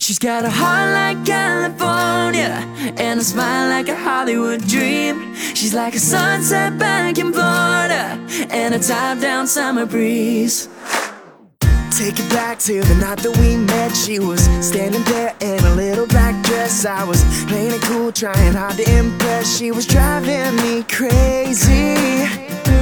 She's got a heart like California and a smile like a Hollywood dream. She's like a sunset back in Florida and a top down summer breeze. Take it back to the night that we met. She was standing there in a little black dress. I was playing it cool, trying hard to impress. She was driving me crazy.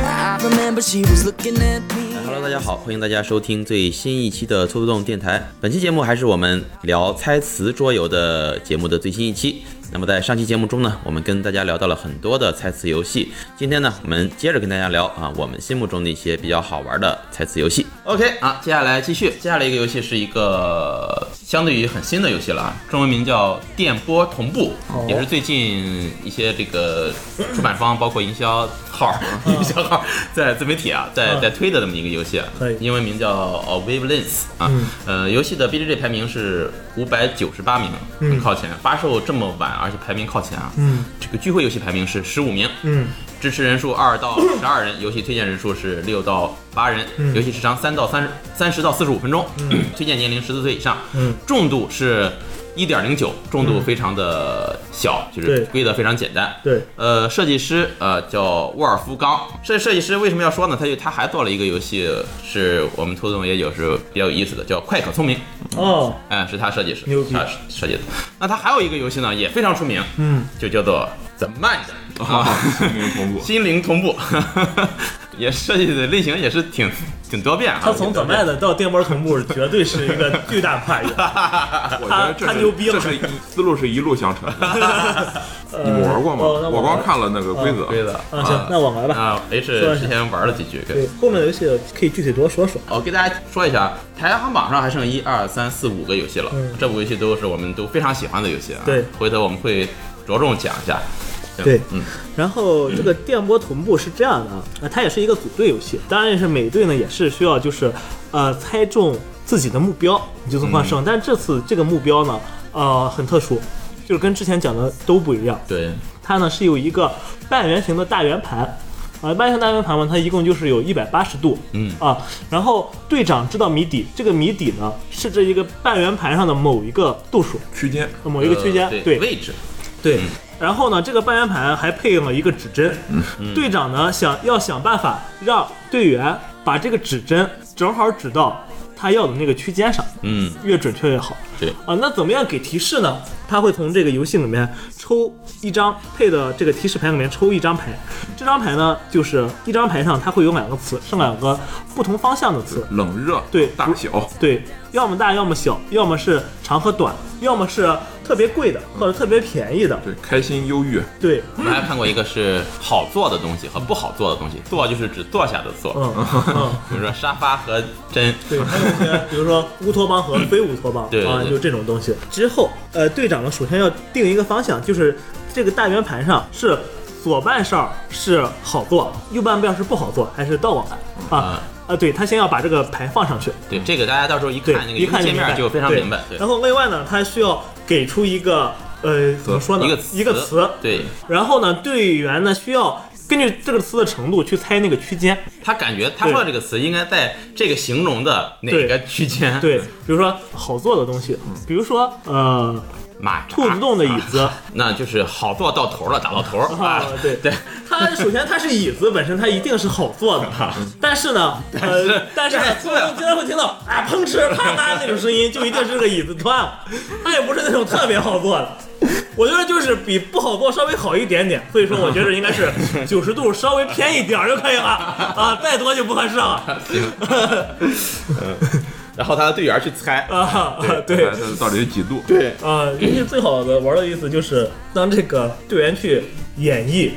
I remember she was looking at me. Hello，大家好，欢迎大家收听最新一期的搓搓动电台。本期节目还是我们聊猜词桌游的节目的最新一期。那么在上期节目中呢，我们跟大家聊到了很多的猜词游戏。今天呢，我们接着跟大家聊啊，我们心目中的一些比较好玩的猜词游戏。OK 啊，接下来继续，接下来一个游戏是一个相对于很新的游戏了啊，中文名叫电波同步，也是最近一些这个出版方包括营销号、啊 营销号在自媒体啊，在在推的这么一个游戏啊可以，嗯英文名叫呃 Wavelengths 啊，呃，游戏的 BGG 排名是五百九十八名，很靠前。发售这么晚，而且排名靠前啊，嗯，这个聚会游戏排名是十五名，嗯，支持人数二到十二人，游戏推荐人数是六到八人，嗯游戏时长三到三十三十到四十五分钟， 推荐年龄十四岁以上，嗯，重度是一点零九，重度非常的小，就是对规则非常简单，对，呃，设计师呃叫沃尔夫冈，设设计师为什么要说呢？他就他还做了一个游戏，是我们兔总也有是比较有意思的，叫快可聪明，哦，哎、是他设计师，牛逼他设设计的。那他还有一个游戏呢，也非常出名，嗯，就叫做 The Mind 啊，心灵同步。心灵同步， 也设计的类型也是挺挺多变啊。他从挺 The 多变 Mad 到电波同步，绝对是一个巨大 跨越。我觉得他这是他牛逼了这是一思路是一路相承的。你们玩过吗？哦那我我光看了那个规则。对的啊，行，那我来吧。啊说一，H 下之前玩了几局，对，后面的游戏可以具体多说说。我给大家说一下，排行榜上还剩一二三四五个游戏了，嗯这五个游戏都是我们都非常喜欢的游戏啊。对回头我们会着重讲一下。对嗯，然后这个电波同步是这样的啊，呃它也是一个组队游戏，当然是每队呢也是需要就是，呃，猜中自己的目标你就算获胜，但是这次这个目标呢，呃，很特殊，就是跟之前讲的都不一样，对，它呢是有一个半圆形的大圆盘，啊、半圆形大圆盘嘛，它一共就是有一百八十度，嗯啊，然后队长知道谜底，这个谜底呢是这一个半圆盘上的某一个度数，区间某一个区间，呃对位置，对。然后呢，这个半圆盘还配了一个指针，嗯队长呢想要想办法让队员把这个指针正好指到他要的那个区间上，嗯，越准确越好。对啊，那怎么样给提示呢？他会从这个游戏里面抽一张配的这个提示牌里面抽一张牌，这张牌呢就是一张牌上它会有两个词，是两个不同方向的词。冷热对大小对，要么大，要么小，要么是长和短，要么是特别贵的或者特别便宜的。对开心忧郁对，我们还看过一个是好做的东西和不好做的东西，坐就是指坐下的坐，嗯嗯，比如说沙发和针，对，还有一些比如说乌托邦和非乌托邦对对啊，对就这种东西。之后，呃，队长呢，首先要定一个方向，就是这个大圆盘上是左半哨是好做，右半边是不好做，还是倒过来啊？啊，对他先要把这个牌放上去，对这个大家到时候一对看，那个一看界明白面就非常对明白，对，然后另外呢，他需要给出一个呃，怎么说呢？一个一个词，对然后呢，队员呢需要根据这个词的程度去猜那个区间。他感觉他说的这个词应该在这个形容的哪对个区间？对，比如说好做的东西，嗯比如说呃马扎兔子洞的椅子。啊 那就是好做到头了，打到头儿 啊啊，，对 对，它首先它是椅子本身，它一定是好坐的，但是呢，呃，啊但是呢，但是观众经常会听到啊砰哧啪嗒那种声音，就一定是这个椅子断了，它也不是那种特别好坐的。我觉得就是比不好坐稍微好一点点，所以说我觉得应该 是九十度稍微偏一点儿就可以了啊，再多就不合适了 嗯然后他的队员去 猜，啊，对哎。它到底是几度？对，啊，游戏最好的玩的意思就是当这个队员去演绎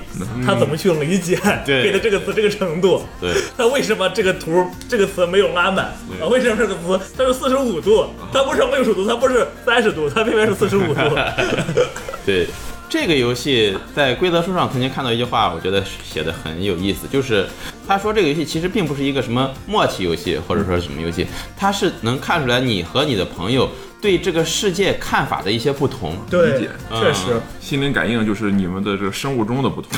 他怎么去理解嗯对给的这个词这个程度。 对，那为什么这个图这个词没有拉满啊？为什么这个词它是四十五度，嗯它不是六十度，它不是三十度，它偏偏是四十五度？对，这个游戏在规则书上曾经看到一句话，我觉得写的很有意思，就是他说这个游戏其实嗯并不是一个什么默契游戏，或者说是什么游戏，它是能看出来你和你的朋友对这个世界看法的一些不同。理对解，确嗯实，心灵感应就是你们的这个生物钟的不同。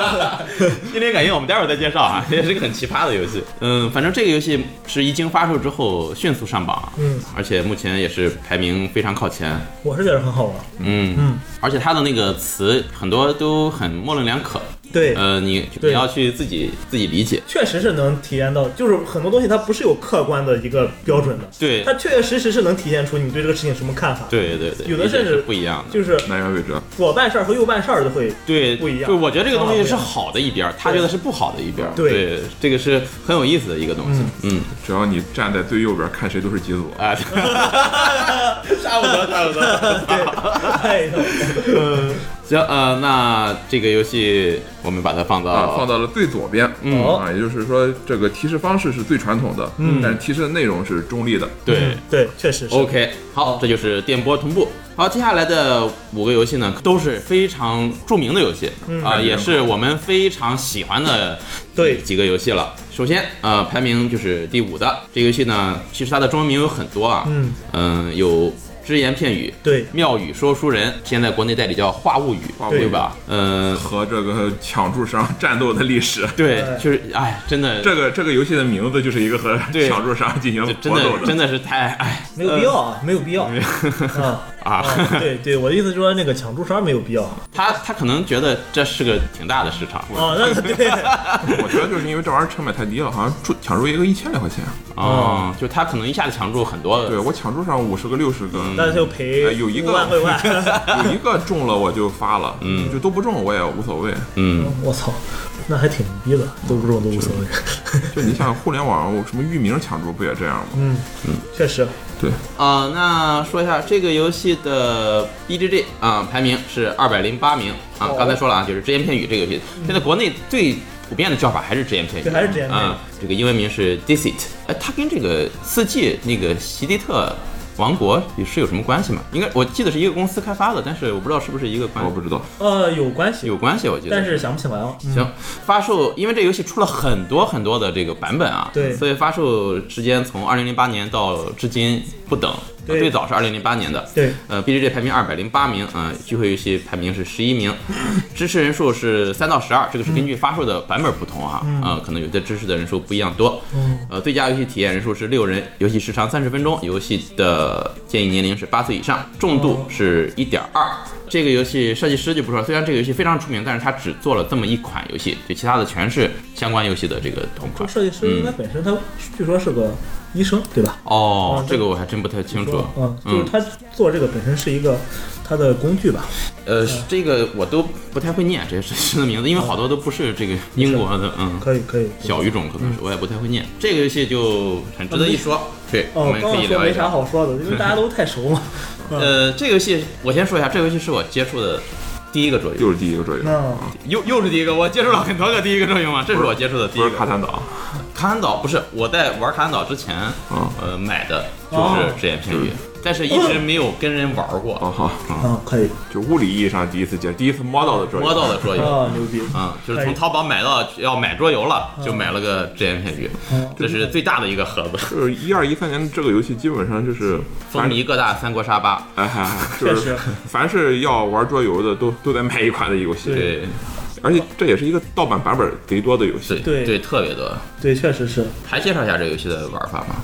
心灵感应我们待会儿再介绍 啊，这也是个很奇葩的游戏。嗯，反正这个游戏是一经发售之后迅速上榜，嗯，而且目前也是排名非常靠前，我是觉得很好玩。嗯嗯，而且它的那个词很多都很模棱两可，对，呃，你你对要去自己自己理解。确实是能体验到，就是很多东西它不是有客观的一个标准的，对它确确实实是能体现出你对这个事情什么看法。，嗯对对对，有的理解甚至是不一样的。就是南辕北辙，左半扇儿和右半扇儿都会。对，不一样就我觉得这个东西是想法好的一边儿，他觉得是不好的一边儿。对对，这个是很有意思的一个东西。嗯只要你站在最右边，看谁都是极左。 啊，差不多差不 多。对，哎呦，行呃，那这个游戏我们把它放到、啊，放到了最左边，嗯哦啊，也就是说这个提示方式是最传统的，嗯，但是提示的内容是中立的。对。 对，确实嗯是。 OK，好，这就是电波同步。好，接下来的五个游戏呢，都是非常著名的游戏啊、也是我们非常喜欢的对几个游戏了。首先，呃，排名就是第五的这个游戏呢，其实它的中文名有很多啊，嗯嗯有只言片语，对妙语说书人，现在国内代理叫话物语，话物语对吧？嗯、和这个抢注商战斗的历史，对，对就是哎，真的，这个这个游戏的名字就是一个和对抢注商进行这真搏斗的真的是太哎没有必要啊，没有必要啊 啊。啊！对对，我的意思是说，那个抢注商没有必要啊。他他可能觉得这是个挺大的市场那个对， 我觉得就是因为这玩意儿成本太低了，好像注抢注一个一千来块钱。啊、就他可能一下子抢注很多对我抢注上五十个六十个，嗯但是就赔哎有一个五万 块万。有一个中了我就发了，嗯，就都不中我也无所谓。嗯，我操，那还挺牛逼的，都不中都无所谓。 就你想互联网我什么域名抢注不也这样嗯吗？确实，对，啊、那说一下这个游戏的 BGG 啊、排名是二百零八名啊、哦刚才说了啊，就是只言片语这个游戏，现在国内最普遍的叫法还是只言片语，嗯对还是只言片语啊、这个英文名是 Deceit，哎，它跟这个四季那个席地特。王国是有什么关系吗？应该我记得是一个公司开发的，但是我不知道是不是一个关我不知道，呃，有关系，有关系，我记得。但是想不起来了。嗯行，发售，因为这游戏出了很多很多的这个版本啊，对所以发售时间从二零零八年到至今不等，对最早是二零零八年的，对，呃，BGG 排名二百零八名，嗯、聚会游戏排名是十一名，支持人数是三到十二，这个是根据发售的版本不同啊，嗯呃，可能有的支持的人数不一样多，呃，最佳游戏体验人数是六人，游戏时长三十分钟，游戏的建议年龄是八岁以上，重度是一点二。这个游戏设计师就不说了，虽然这个游戏非常出名，但是他只做了这么一款游戏，就其他的全是相关游戏的这个同款。设计师应该嗯本身他据说是个医生，对吧？哦嗯，这个我还真不太清楚。嗯，就是他做这个本身是一个他的工具吧？呃，这个我都不太会念这些设计师的名字，因为好多都不是这个英国的，嗯。可以，可以。哦小语种可嗯能是我也不太会念，这个游戏就很值得一说，对，我哦们，刚可刚以说聊一没啥嗯下。好说的，因为大家都太熟嘛。呃，这个游戏我先说一下，这个游戏是我接触的第一个桌游，又是第一个作 用，那又又是第一个，我接触了很多个第一个桌游嘛，这是我接触的第一不个是。卡坦岛，卡坦岛不是我在玩卡坦岛之前，嗯呃，买的就哦是只言片语，但是一直没有跟人玩过，哦好，啊，可以就物理意义上第一次接，第一次摸到的作用，摸到的桌游。啊，牛逼！嗯，就是从淘宝买到要买桌游了，嗯就买了个只言片语，这是最大的一个盒子，就是一二一三年这个游戏基本上就是风靡各大三国杀吧。哎嗨，嗨确就实是凡是要玩桌游的都都得买一款的游戏，对，而且这也是一个盗版版本贼多的游戏对。对对，特别多。对，确实是还介绍一下这个游戏的玩法吧，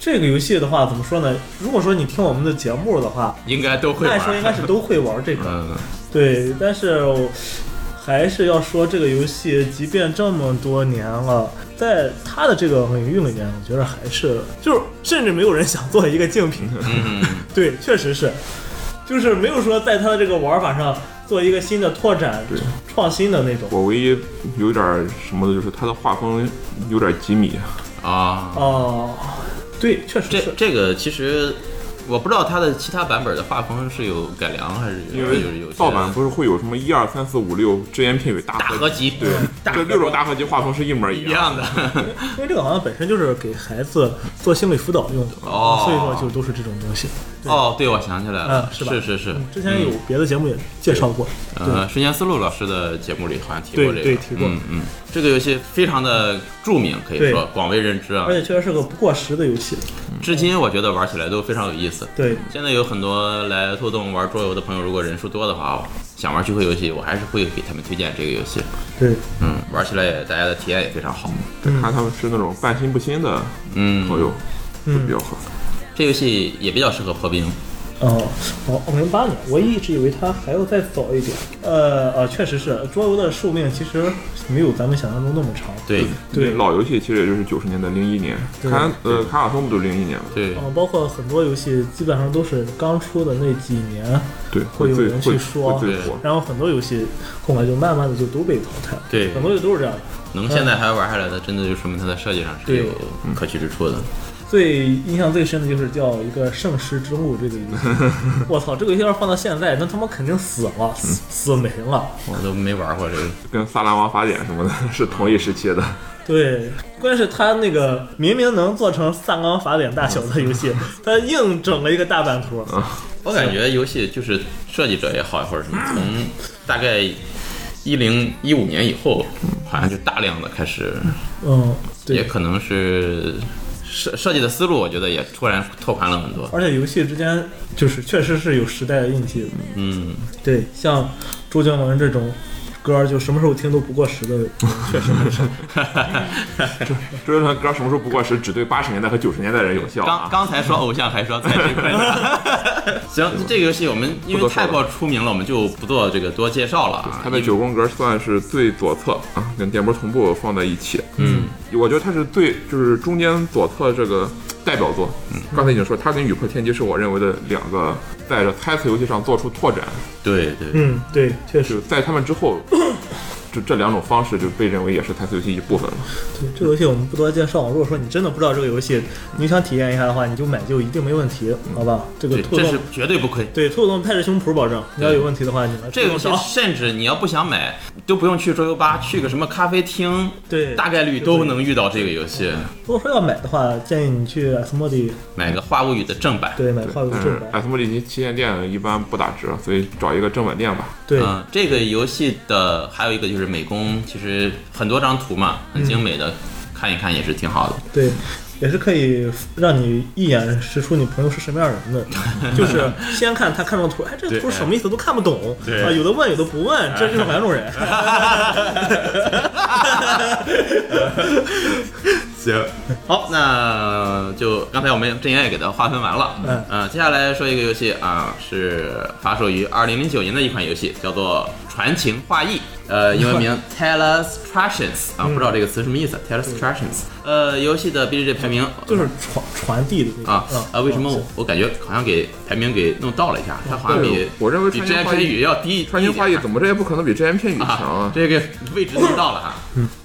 这个游戏的话，怎么说呢？如果说你听我们的节目的话，应该都会玩。按说应该是都会玩这个。 嗯，对，但是我还是要说这个游戏，即便这么多年了，在它的这个领域里面，我觉得还是就是甚至没有人想做一个竞品。嗯对，确实是，就是没有说在它的这个玩法上做一个新的拓展、创新的那种。我唯一有点儿什么的就是它的画风有点几米，啊，哦、对，确实这是。这个其实我不知道它的其他版本的画风是有改良还是有因有为有些盗版不是会有什么一二三四五六只言片语大大合集，对对，大这六种大合集画风是一模一一样样。的。因为这个好像本身就是给孩子做心理辅导用的，哦所以说就都是这种东西。对哦，对，我想起来了，嗯是是吧是是，之前有别的节目也介绍过，呃，瞬间思路老师的节目里好像提过这个，对对提过嗯嗯，这个游戏非常的著名，可以对说广为人知啊而，且确实是个不过时的游戏。至今我觉得玩起来都非常有意思。对，现在有很多来互动玩桌游的朋友，如果人数多的话，想玩聚会游戏，我还是会给他们推荐这个游戏。对，嗯，玩起来也大家的体验也非常好。看他们是那种半新不新的嗯，朋友，嗯比较好。这游戏也比较适合破冰。嗯哦，哦，二零零八年，我一直以为它还要再早一点。呃，啊，确实是桌游的寿命其实没有咱们想象中那么长。对对，老游戏其实也就是九十年代零一年，对卡呃卡卡松不就零一年吗？对，嗯，包括很多游戏基本上都是刚出的那几年，对，会有最人去会说会最对火。然后很多游戏后来就慢慢的就都被淘汰了。对很多游戏都是这样的。能现在还玩下来的，真的就说明它在设计上是对有可取之处的。最印象最深的就是叫一个《圣石之路》这个游 戏，我操，这个游戏要是放到现在，那他妈肯定死了，死死没了。我都没玩过这个。跟《萨拉王法典》什么的 是同一时期 的，对，关键是他那个明明能做成《萨冈法典》大小的游 戏，他硬整了一个大版图。我感觉游戏就是设计者也好，或者什么，从大概一零一五年以后，好像就大量的开始，嗯，也对，可能是设设计的思路，我觉得也突然拓宽了很多。而且游戏之间就是确实是有时代的印记的。嗯，对，像周杰伦这种歌儿，就什么时候听都不过时的，确实很少。周杰伦歌什么时候不过时，只对八十年代和九十年代人有效刚啊。刚才说偶像，还说才是困 难。行，这个游戏我们因不为多说太了过出名了，我们就不做这个多介绍了啊。它在九宫格算是最左侧啊，跟电波同步放在一起。嗯，我觉得它是最就是中间左侧这个代表作。嗯，刚才已经说，它跟《雨破天机》是我认为的两个在这猜词游戏上做出拓展，对对，嗯，对，确实就，在他们之后，就这两种方式就被认为也是猜词游戏一部分了。对这个游戏我们不多介绍。如果说你真的不知道这个游戏，你想体验一下的话，你就买就一定没问题，好吧？这个这兔这是洞。嗯绝对不亏。对，兔洞拍着胸脯保证，你要有问题的话，你来这个兔东西洞找甚至你要不想买，都不用去桌游吧，去个什么咖啡厅，对大概率都能遇到这个游戏。如果说要买的话，建议你去 S 莫迪买个《话物语》的正版，对买对话语但正是版，哎艾斯莫利奇旗舰店一般不打折，所以找一个正版店吧。对嗯，这个游戏的还有一个就是美工，其实很多张图嘛，很精美嗯的，看一看也是挺好的。对，也是可以让你一眼识出你朋友是什么样的人的， 就是先看他看到图，哎，这对图什么意思都看不懂，对啊，有的问有的不问，这就是两种人。哎 行，好，那就刚才我们阵营也给它划分完了。嗯呃，接下来说一个游戏啊、是发售于二零零九年的一款游戏，叫做《传情画意》，呃，英文名 Telestrations 嗯啊、不知道这个词什么意思。Telestrations，呃，游戏的 BGG 排名 就是传传递的那个啊啊，为什么嗯我我感觉好像给排名给弄倒了一下？它好像比对我认为比川之前金花片艺语要低川金低一点花艺怎么着也不可能比 GM 片语强啊啊，。这个位置弄到了哈。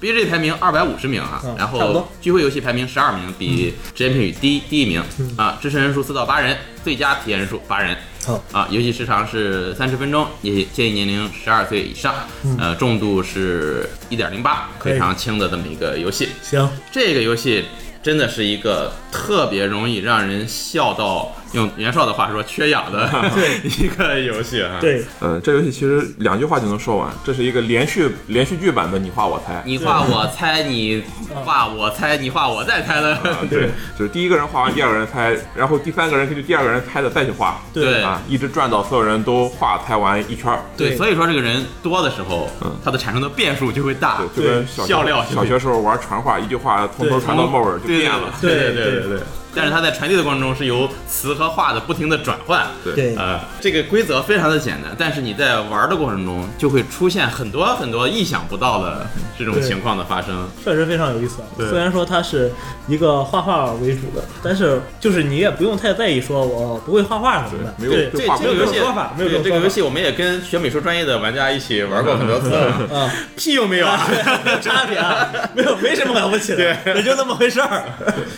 BJ 排名二百五十名啊嗯，然差不后多嗯聚会游戏排名十二名，比职业评语低第一名啊。支持人数四到八人，最佳体验人数八人。好啊，游戏时长是三十分钟，也建议年龄十二岁以上，呃，重度是一点零八，嗯可以非常轻的这么一个游戏。行，这个游戏真的是一个特别容易让人笑到，用袁绍的话说缺氧的 一个游戏啊。，对， 呃，这游戏其实两句话就能说完，这是一个连续连续剧版的你画我猜。你画我猜，你画我猜，你画我再猜的，啊 对，就是第一个人画完，第二个人猜，然后第三个人根据第二个人猜的再去画，对啊，一直转到所有人都画猜完一圈儿，对，对所以说这个人多的时候，它的产生的变数就会大嗯对，，就跟小啊笑料小学时候玩传话，一句话从头传到末尾就对变了。对对对对。但是它在传递的过程中是由词和画的不停的转换，对呃，这个规则非常的简单，但是你在玩的过程中就会出现很多很多意想不到的这种对情况的发生，确实非常有意思啊。对虽然说它是一个画画为主的，但是就是你也不用太在意说我不会画画什么的。对没有这就画这个不游出戏说法没有这对种这个说法游戏我们也跟学美术专业的玩家一起玩过很多次，啊，屁用 没有啊！ 差别 啊，没有没什么了不起的，也就那么回事儿。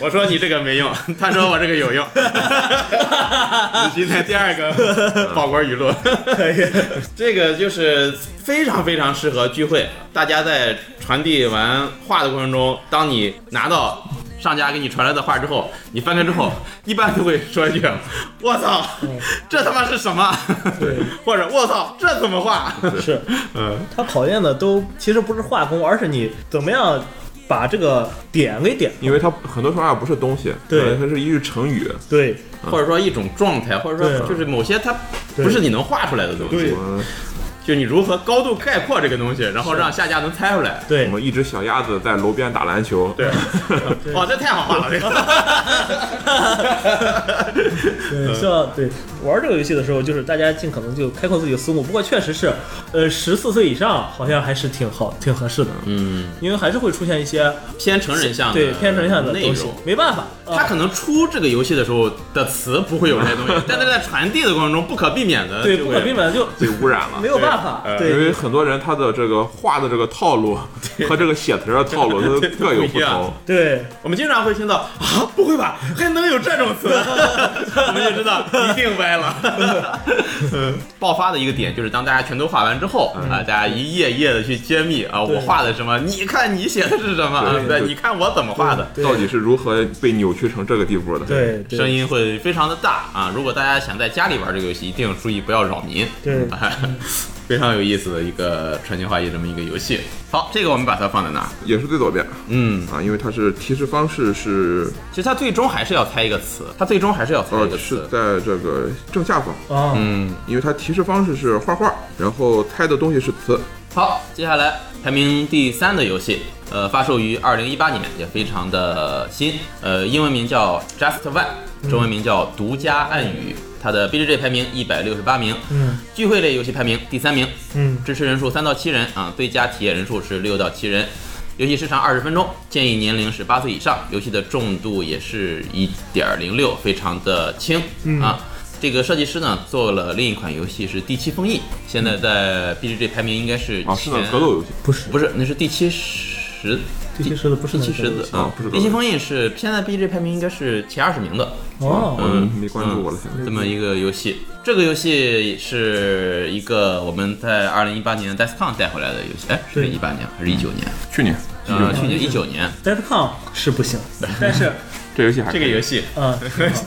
我说你这个没用，他说我这个有用。今天第二 个爆果语录，可以，这个就是非常非常适合聚会。大家在传递完话的过程中，当你拿到上家给你传来的话之后，你翻开之后，一般都会说一句“我操，这他妈是什么”，嗯对， 或者“我操，这怎么画是嗯，他考验的都其实不是画工，而是你怎么样把这个点给点。因为它很多时候啊不是东西，对可能它是一句成语，对，”，或者说一种状态，或者说对就是某些它不是你能画出来的东对西，我就你如何高度概括这个东西，然后让下家能猜出来。对我，们一只小鸭子在楼边打篮球，对，哇，这哦太好画了！这 个对，嗯希望对玩这个游戏的时候，就是大家尽可能就开阔自己的思路。不过确实是，呃，十四岁以上好像还是挺好、挺合适的， 嗯，因为还是会出现一些偏成人向的对偏成向的内东西容。，没办法，他啊可能出这个游戏的时候的词不会有这些 东西，但是在传递的过程中不可避免的对不可避免的就被污染了没。有办法，呃因对为很多人他的这个画的这个套路和这个写词儿的套路，它 对各有不不一样同。对我们经常会听到啊，不会吧，还能有这种 词？我们就知道一定歪了。嗯， 爆发的一个点就是当大家全都画完之后啊，大家一页一页的去揭秘啊，我画的什么？你看你写的是什么？啊对对，对你看我怎么画的？对到底是如何被扭曲成这个地步的？，对声对音会非常的大啊！如果大家想在家里玩这个游戏，一定要注意不要扰民。对啊，非常有意思的一个传情画意这么一个游戏。好，这个我们把它放在哪儿？也是最左边嗯，啊，因为它是提示方式是其实它最终还是要猜一个词，它最终还是要猜一个呃是词。在这个正下方，啊，嗯，因为它提示方式是画画，然后猜的东西是词。好，接下来排名第三的游戏，呃，发售于二零一八年，也非常的新，呃，英文名叫 Just One，中文名叫独家暗语，它的 BGG 排名一百六十八名，嗯聚会类游戏排名第三名，嗯支持人数三到七人啊，最佳体验人数是六到七人。游戏时长二十分钟，建议年龄是八岁以上。游戏的重度也是一点零六，非常的轻、嗯啊。这个设计师呢做了另一款游戏是《第七封印》，现在在嗯 BGG 排名应该是啊，是前的，格斗游戏。不是不是，那是第七十，第七十的不是第七那个十的啊不是格斗第七封印是现在 BGG 排名应该是前二十名的。哦，嗯嗯，没关注我了现在嗯这么一个游戏，这个游戏是一个我们在二零一八年 DesCon 带回来的游戏，哎，是对一八年还是一九年？去年呃，去年一九年。 DefCon 是不行，但是这游戏 还这个游戏，戏，嗯，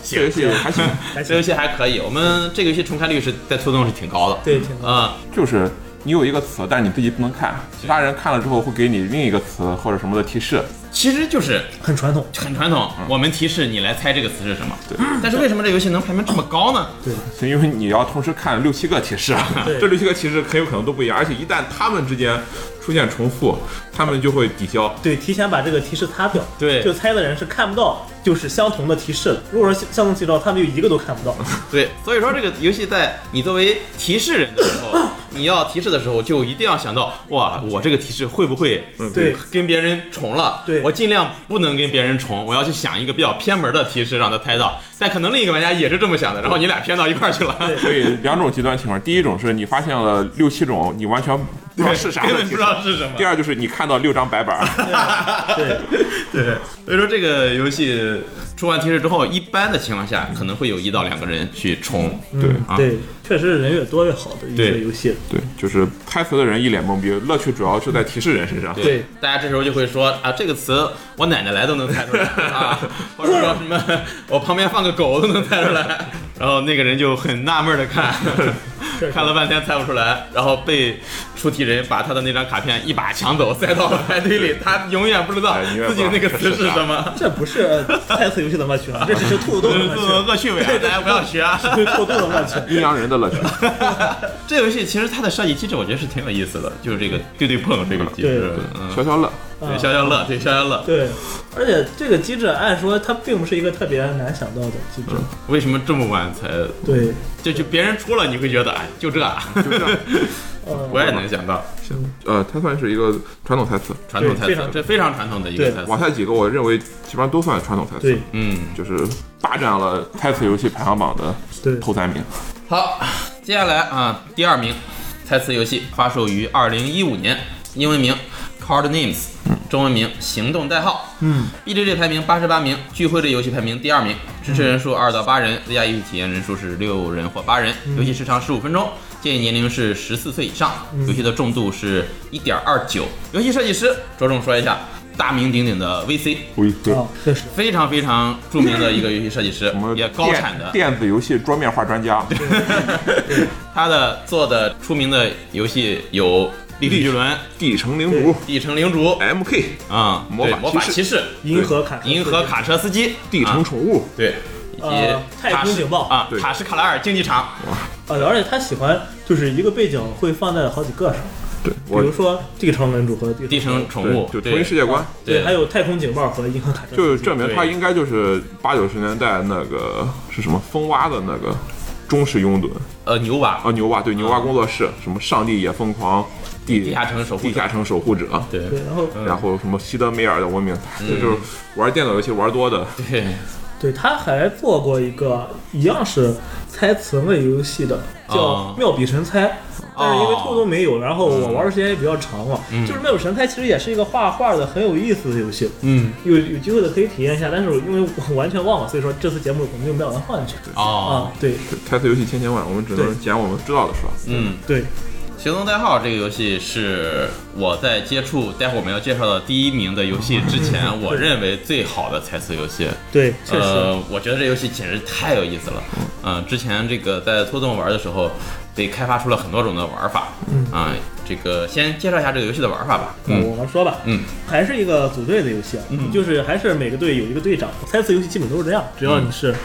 这游戏还行，还这游行，戏还可以。我们这个游戏重开率是在推动是挺高的。对，挺高啊、 就是你有一个词，但是你自己不能看，其他人看了之后会给你另一个词或者什么的提示。其实就是很传统，很传统，嗯我们提示你来猜这个词是什么。对。但是为什么这游戏能排名这么高呢？是因为你要同时看六七个提示，啊对 这六七个提示很有可能都不一样，而且一旦他们之间出现重复，他们就会抵消。对，提前把这个提示擦掉，对就猜的人是看不到，就是相同的提示的。如果说相同提示的话，他们就一个都看不到，对，所以说这个游戏在你作为提示人的时候，嗯 你要提示的时候就一定要想到，哇，我这个提示会不会嗯，对跟别人重了？对我尽量不能跟别人重，我要去想一个比较偏门的提示让他猜到。但可能另一个玩家也是这么想的，然后你俩偏到一块儿去了。所以两种极端情况，第一种是你发现了六七种你完全不知道是啥 根的本提不示知，道是什么第。二就是你看到六张白板， 对，对，所以说这个游戏出完提示之后，一般的情况下可能会有一到两个人去冲。对嗯啊对，确实是人越多越好的一个对游戏，对，就是猜词的人一脸懵逼，乐趣主要是在提示人身上。对，大家这时候就会说啊，这个词我奶奶来都能猜出来 啊，或者说什么我旁边放个狗都能猜出来，然后那个人就很纳闷的看，看了半天猜不出来，然后被出题人把他的那张卡片一把抢走，塞到了排队里，他永远不知道哎永远自不知己道那个词是什 么。这不是猜词游戏的乐趣啊，这只是兔子洞这的是恶乐 趣，恶趣味啊！大家不要学啊！对兔子洞的乐趣。 阴阳人 的乐趣，这游戏其实它的设计机制，我觉得是挺有意思的，就是这个对对碰这个机对制对，嗯，消消乐。对消消乐，对消消乐。对，而且这个机制按说它并不是一个特别难想到的机制，为什么这么晚才对，就就别人出了，你会觉得哎，就这，就这， 我也能想到呃，它算是一个传统猜词，传统猜对非测，常这非常传统的一个对猜测往。下几个我认为基本上都算传统猜词对，嗯，就是霸占了猜词游戏排行榜的对，头三名。好，接下来啊，第二名猜词游戏发售于二零一五年，英文名 Card Names，中文名行动代号。嗯 BGG 排名八十八名，聚会类游戏排名第二名，支持人数二到八人，最佳游戏体验人数是六人或八人，游戏时长十五分钟，建议年龄是十四岁以上，游戏的重度是一点二九。游戏设计师着重说一下，大名鼎鼎的 VC，回合哦啊，嗯确实。非常非常著名的一个游戏设计师我，们也高产的。电电子游戏桌面化专家，他的做的出名的游戏有《历史巨轮》《地城领主地城领主》 MK 啊，哎魔对法魔法骑士骑士、银河卡，银河卡车司机、地城啊宠物，对，以及呃太塔空什警报啊，对塔什卡拉尔竞技场，啊，而且他喜欢就是一个背景会放在好几个上，对比我如说地城领主和地地啊城宠物对，就同一对世界观，对，对还有太空警报和银河卡车，就证明对他应该就是八九十年代那个是什么风蛙的那个忠实拥趸呃牛娃，啊，牛蛙对牛蛙工作室，什么上帝也疯狂，地地下城守护者地下城守护者，对对，然后然后什么西德梅尔的文明，这就是玩电脑游戏玩多的，对，对他还做过一个一样是猜词类游戏的，叫哦《妙笔神猜》。但是因为哦兔都没有，然后我玩的时间也比较长嘛，就是妙笔神猜其实也是一个画画的很有意思的游戏，嗯，有有机会的可以体验一下。但是我因为我完全忘了，所以说这次节目我们就没有把它放进去。哦啊，，对开拓游戏千千万，我们只能对捡我们知道的说。嗯。对，行动代号这个游戏是我在接触待会儿我们要介绍的第一名的游戏之 前，我认为最好的猜词游戏。对，确实，呃，我觉得这游戏简直太有意思了。嗯、之前这个在拖动玩的时候，被开发出了很多种的玩法。嗯啊、这个先介绍一下这个游戏的玩法吧。那嗯我们说吧，嗯，还是一个组队的游戏，嗯，就是还是每个队有一个队长。猜词游戏基本都是这样，只要你是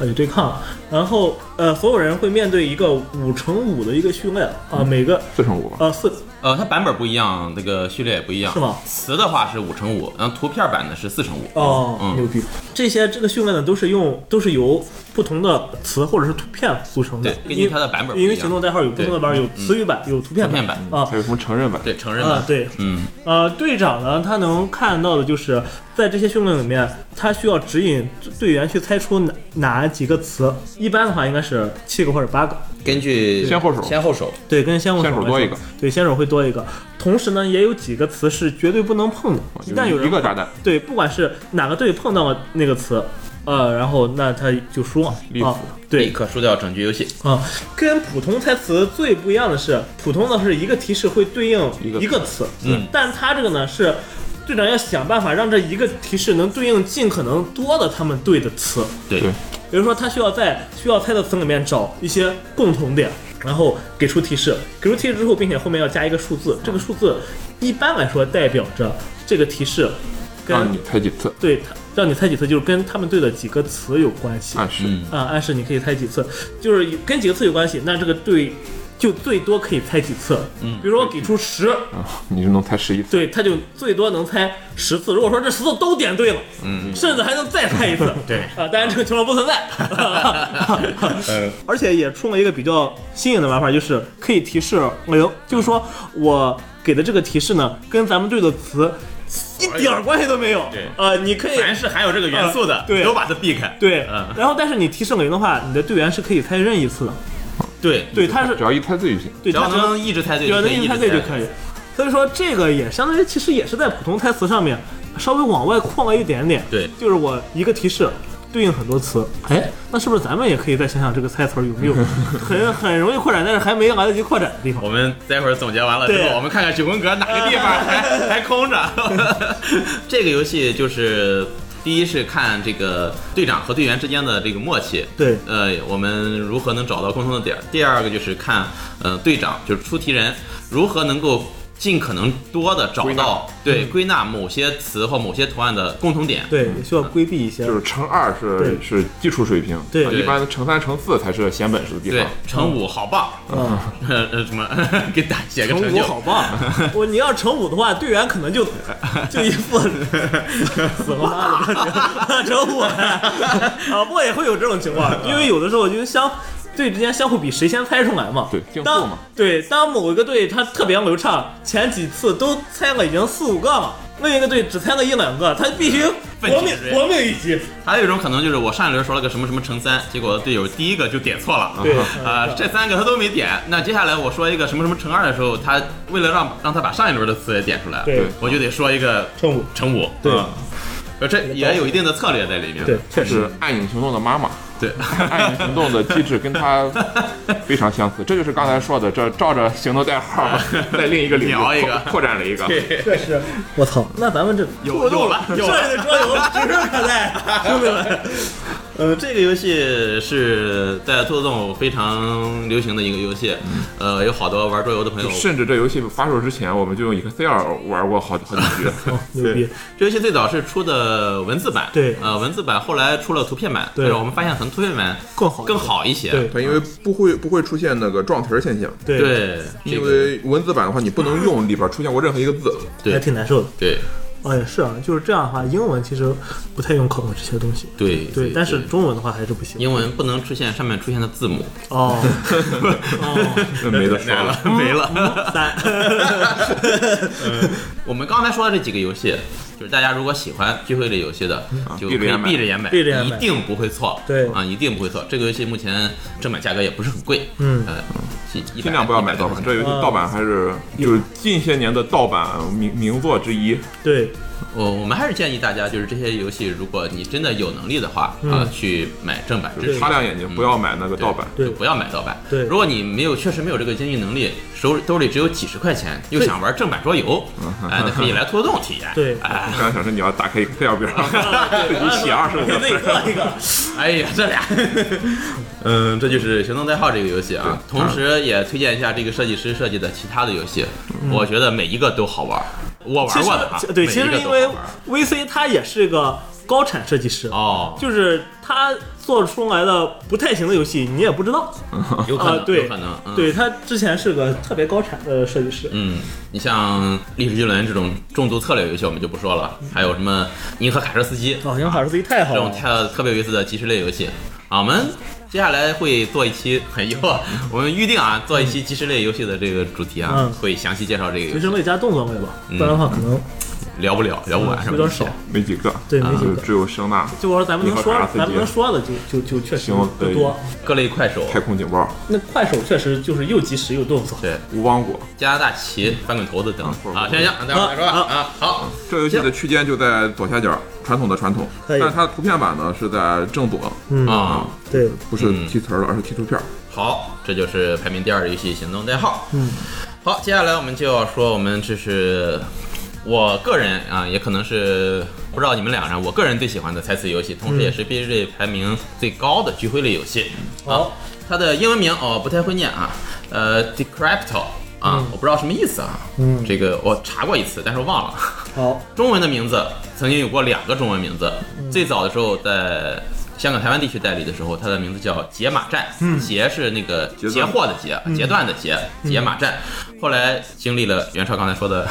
呃有对抗，然后呃所有人会面对一个五乘五的一个序列啊，嗯每个四乘五吧，呃四呃，它版本不一样，这个序列也不一样。是吗词的话是五乘五，然后图片版的是四乘五。哦，牛嗯，逼！这些这个序列呢，都是用都是由不同的词或者是图片组成的对，根因据为它的版本不一样因为行动代号有不同的版，有词语版，有图片图片版啊还有什么成人版？对，成人版。啊，对，嗯呃，队长呢，他能看到的就是在这些训练里面，他需要指引队员去猜出哪哪几个词。一般的话应该是七个或者八个，根据先后手先后手。对，跟先手先手多来一说个，对，先手会多一个。同时呢，也有几个词是绝对不能碰的，一旦有哦一人个炸弹，对，不管是哪个队碰到了那个词，呃，然后那他就输了立啊死。立对刻输掉整局游戏。啊，跟普通猜词最不一样的是，普通的是一个提示会对应一个一个词，嗯但他这个呢是队长要想办法让这一个提示能对应尽可能多的他们对的词，对对比如说他需要在需要猜的词里面找一些共同点，然后给出提示，给出提示之后，并且后面要加一个数字，这个数字一般来说代表着这个提示跟让你猜几次，对他让你猜几次，就是跟他们对的几个词有关系。暗示。嗯啊，暗示你可以猜几次，就是跟几个次有关系，那这个对就最多可以猜几次。嗯，比如说我给出十，嗯啊，你就能猜十一次。对，他就最多能猜十次。如果说这十次都点对了，嗯，甚至还能再猜一次。嗯对啊，当然这个情况不存在。 嗯而且也出了一个比较新颖的玩法，就是可以提示零，就是说我给的这个提示呢，跟咱们队的词一点儿关系都没有。哎对啊，你可以凡是含有这个元素的呃，对都把它避开。对嗯，然后但是你提示零的话，你的队员是可以猜任意次的。对，对，他是只要一猜对就行。对只要他只要能一直猜对，只要能一直一猜对就可以。所以说这个也相当于其实也是在普通台词上面稍微往外扩了一点点。对就是我一个提示。对应很多词，哎，那是不是咱们也可以再想想这个猜词儿有 没有很很容易扩展，但是还没来得及扩展的地方？我们待会儿总结完了之对后，我们看看九宫格哪个地方 还还空着。这个游戏就是第一是看这个队长和队员之间的这个默契，对呃，我们如何能找到共同的点儿？第二个就是看，呃，队长就是出题人如何能够。尽可能多的找归纳到对归纳某些词或某些图案的共同点，嗯对，也需要规避一些。就是乘二是对是基础水平，对啊一般乘三乘四才是显本事的地对方。，乘五好棒，嗯，呃 呃什么给打写个乘成五就，好 棒！我你要乘五的话，队员可能就就一副死了 妈的乘五啊，不过也会有这种情况，因为有的时候就是相队之间相互比谁先猜出来嘛。对竞速当嘛对当某一个队他特别流畅，前几次都猜了已经四五个了，另一个队只猜了一两个，他必须奋起搏命直追搏命一击。还有一种可能就是我上一轮说了个什么什么乘三，结果队友第一个就点错了。对啊、这三个他都没点。那接下来我说一个什么什么乘二的时候，他为了让让他把上一轮的词也点出来，对我就得说一个乘五乘五。啊对嗯呃这也有一定的策略在里面。对，， 这是暗影行动的妈妈，对，按你行动的机制跟它非常相似，这就是刚才说的，这照着行动代号 在另一个领域瞄一个扩扩展了一个。确实，我操，那咱们这有有了有了。这个桌游指日可待，兄弟们。呃，这个游戏是在兔子洞非常流行的一个游戏，嗯呃，有好多玩桌游的朋友。甚至这游戏发售之前，我们就用 Excel 玩过好好几 局。牛逼！这游戏最早是出的文字版，对呃，文字版后来出了图片版，但对是我们发现可能图片版更好一些更好一些。对对，因为不会不会出现那个撞词儿现象，对，对，这因个为文字版的话，你不能用里边出现过任何一个字。还挺难受的。对哦，也是啊，就是这样的话，英文其实不太用考虑这些东西。对对，但是中文的话还是不行。英文不能出现上面出现的字母，哦，那没得 说来了， 没了。嗯 三，我们刚才说的这几个游戏，就是大家如果喜欢聚会类游戏的，就可以闭着眼买闭着眼买，嗯闭着眼买一定不会错。对啊，一定不会错。这个游戏目前正版价格也不是很贵，嗯呃，一一百尽量不要买100盗版，这游戏盗版还是嗯就是近些年的盗版名名作之一。对，呃我我们还是建议大家，就是这些游戏，如果你真的有能力的话，嗯啊，去买正版支持，擦亮眼睛，不要买那个盗版。对就不要买盗版。对如果你没有确实没有这个经济能力，手兜里只有几十块钱，又想玩正版桌游，哎， 那可以来拖动体验。嗯对啊哎，刚才想说你要打开 Excel 表， 自己写二十五给个自己字儿。做一个。哎呀，这 俩，嗯，这就是《行动代号》这个游戏啊。同时也推荐一下这个设计师设计的其他的游戏，我觉得每一个都好玩。我其 玩过的啊实，对，每一嗯其个实都因为好玩 VC 他也是个高产设计师，哦，就是他做出来的不太行的游戏，你也不知道。 有可啊能，对有可能，嗯对他之前是个特别高产的设计师，嗯，你像历史巨轮这种重度策略游戏，我们就不说了，还有什么银河卡车司机哦，因为好像自己太好这种了。特特别有意思的即时类游戏啊，我们接下来会做一期， 哎呦，我们预定啊，做一期即时类游戏的这个主题啊，嗯会详细介绍这个游随戏身，类加动作类吧，嗯不然的话可能聊不了，聊不完，是吧？有点嗯少。没几个，对没几个就只有声呐、就我说咱们能说你和卡拉，斯基咱们能说的就就就确实行不多。各类快手，太空警报、那快手确实就是又及时又动作。对，无王果。加拿大旗、翻滚头子等嗯啊，行行，那待会儿再说吧啊啊，好，这游戏的区间就在左下角，传统的传统，可但以是它的图片版呢是在正左，嗯，啊。对，不是踢词儿了，而是踢图片儿。好，这就是排名第二的游戏《行动代号》。嗯，好，接下来我们就要说，我们这是我个人啊，也可能是不知道你们俩人，我个人最喜欢的猜词游戏，同时也是 B 类排名最高的聚会类游戏。好，它的英文名哦不太会念啊，呃，Decrypto 啊，我不知道什么意思啊。嗯，这个我查过一次，但是我忘了。好，中文的名字曾经有过两个中文名字，最早的时候在香港、台湾地区代理的时候，它的名字叫解码站，劫是那个截断截获的截，截断的截，解码站。后来经历了袁绍刚才说 的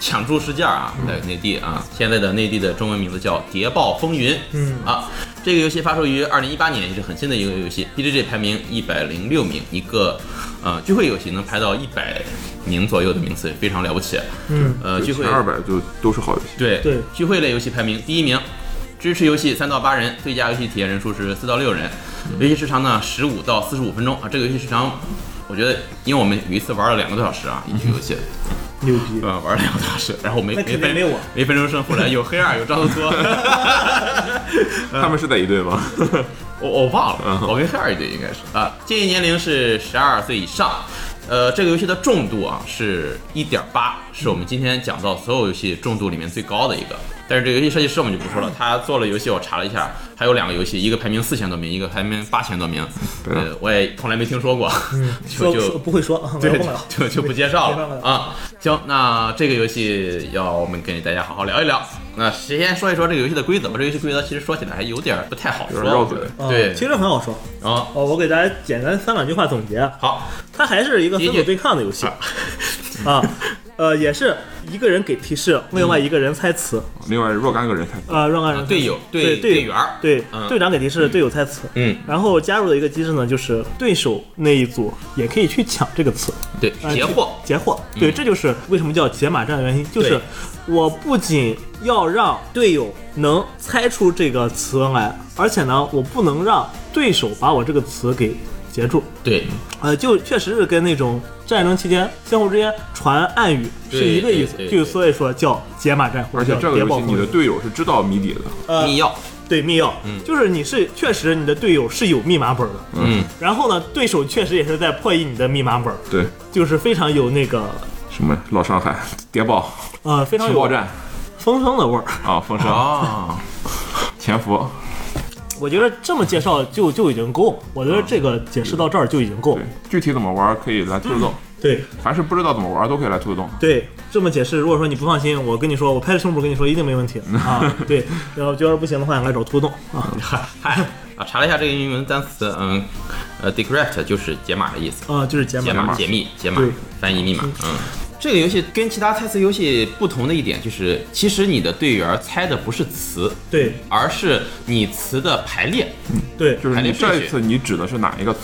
抢注事件啊，在内地啊，现在的内地的中文名字叫谍报风云。嗯啊，这个游戏发售于二零一八年，也是很新的一个游戏，BGG 排名一百零六名，一个呃聚会游戏能排到一百名左右的名次，非常了不起。嗯，呃，聚会前二百就都是好游戏。对对聚会类游戏排名第一名，支持游戏三到八人，最佳游戏体验人数是四到六人，嗯游戏时长呢十五到四十五分钟啊。这个游戏时长，我觉得，因为我们有一次玩了两个多小时啊，一局游戏，牛逼。 呃，玩了两个多小时，然后没嗯那没肯定分没我没分出胜负来，有黑二，有张 多多，他们是在一队吗？我我忘了，我跟黑二一队应该是啊，建议年龄是十二岁以上。呃，这个游戏的重度啊是一点八，是我们今天讲到所有游戏重度里面最高的一个。但是这个游戏设计师我们就不说了，他做了游戏，我查了一下，还有两个游戏，一个排名四千多名，一个排名八千多名，呃，我也从来没听说过，就 说就说不会说，啊我对，也就忘了。就就不介绍没办法了啊。行，那这个游戏要我们跟大家好好聊一聊。那谁先说一说这个游戏的规则吧？这个游戏规则其实说起来还有点不太好有说，点绕嘴啊对，其实很好说。啊，哦，我给大家简单三两句话总结啊，好，它还是一个分也组对抗的游戏啊，呃，也是一个人给提示，另外一个人猜词，另外若干个人才啊，让干人嗯啊猜词队友对队队员儿对嗯队长给提示，队友猜词，嗯，然后加入的一个机制呢，就是对手那一组也可以去抢这个词，对，呃截获，嗯截获，对，这就是为什么叫解码战的原因，就是对我不仅要让队友能猜出这个词来，而且呢，我不能让对手把我这个词给截住。对，呃，就确实是跟那种战争期间相互之间传暗语是对一个意思对，对就所以说叫解码战，或而者且叫这个谍游报戏你的风队友是知道谜底的，呃密钥，对密钥，就是你是确实你的队友是有密码本的，嗯，然后呢，对手确实也是在破译你的密码本，对，就是非常有那个什么老上海 谍报呃哎非常情有报站风声的味儿。啊，风声哦啊，潜伏，我觉得这么介绍就就已经够，我觉得这个解释到这儿就已经够对。，具体怎么玩可以来兔子洞，嗯对凡是不知道怎么玩都可以来兔子洞，对，这么解释，如果说你不放心，我跟你说，我拍的胸脯跟你说一定没问题啊。对，然后就要是不行的话，来找秃洞啊。嗨啊，查了一下这个英文单词，嗯，呃，decrypt 就是解码的意思，啊，就是解解码。码、码解密、解码对、翻译密码。嗯，这个游戏跟其他猜词游戏不同的一点就是，其实你的队员猜的不是词，对而是你词的排列。对，就是还得你这顺序一次你指的是哪一个词？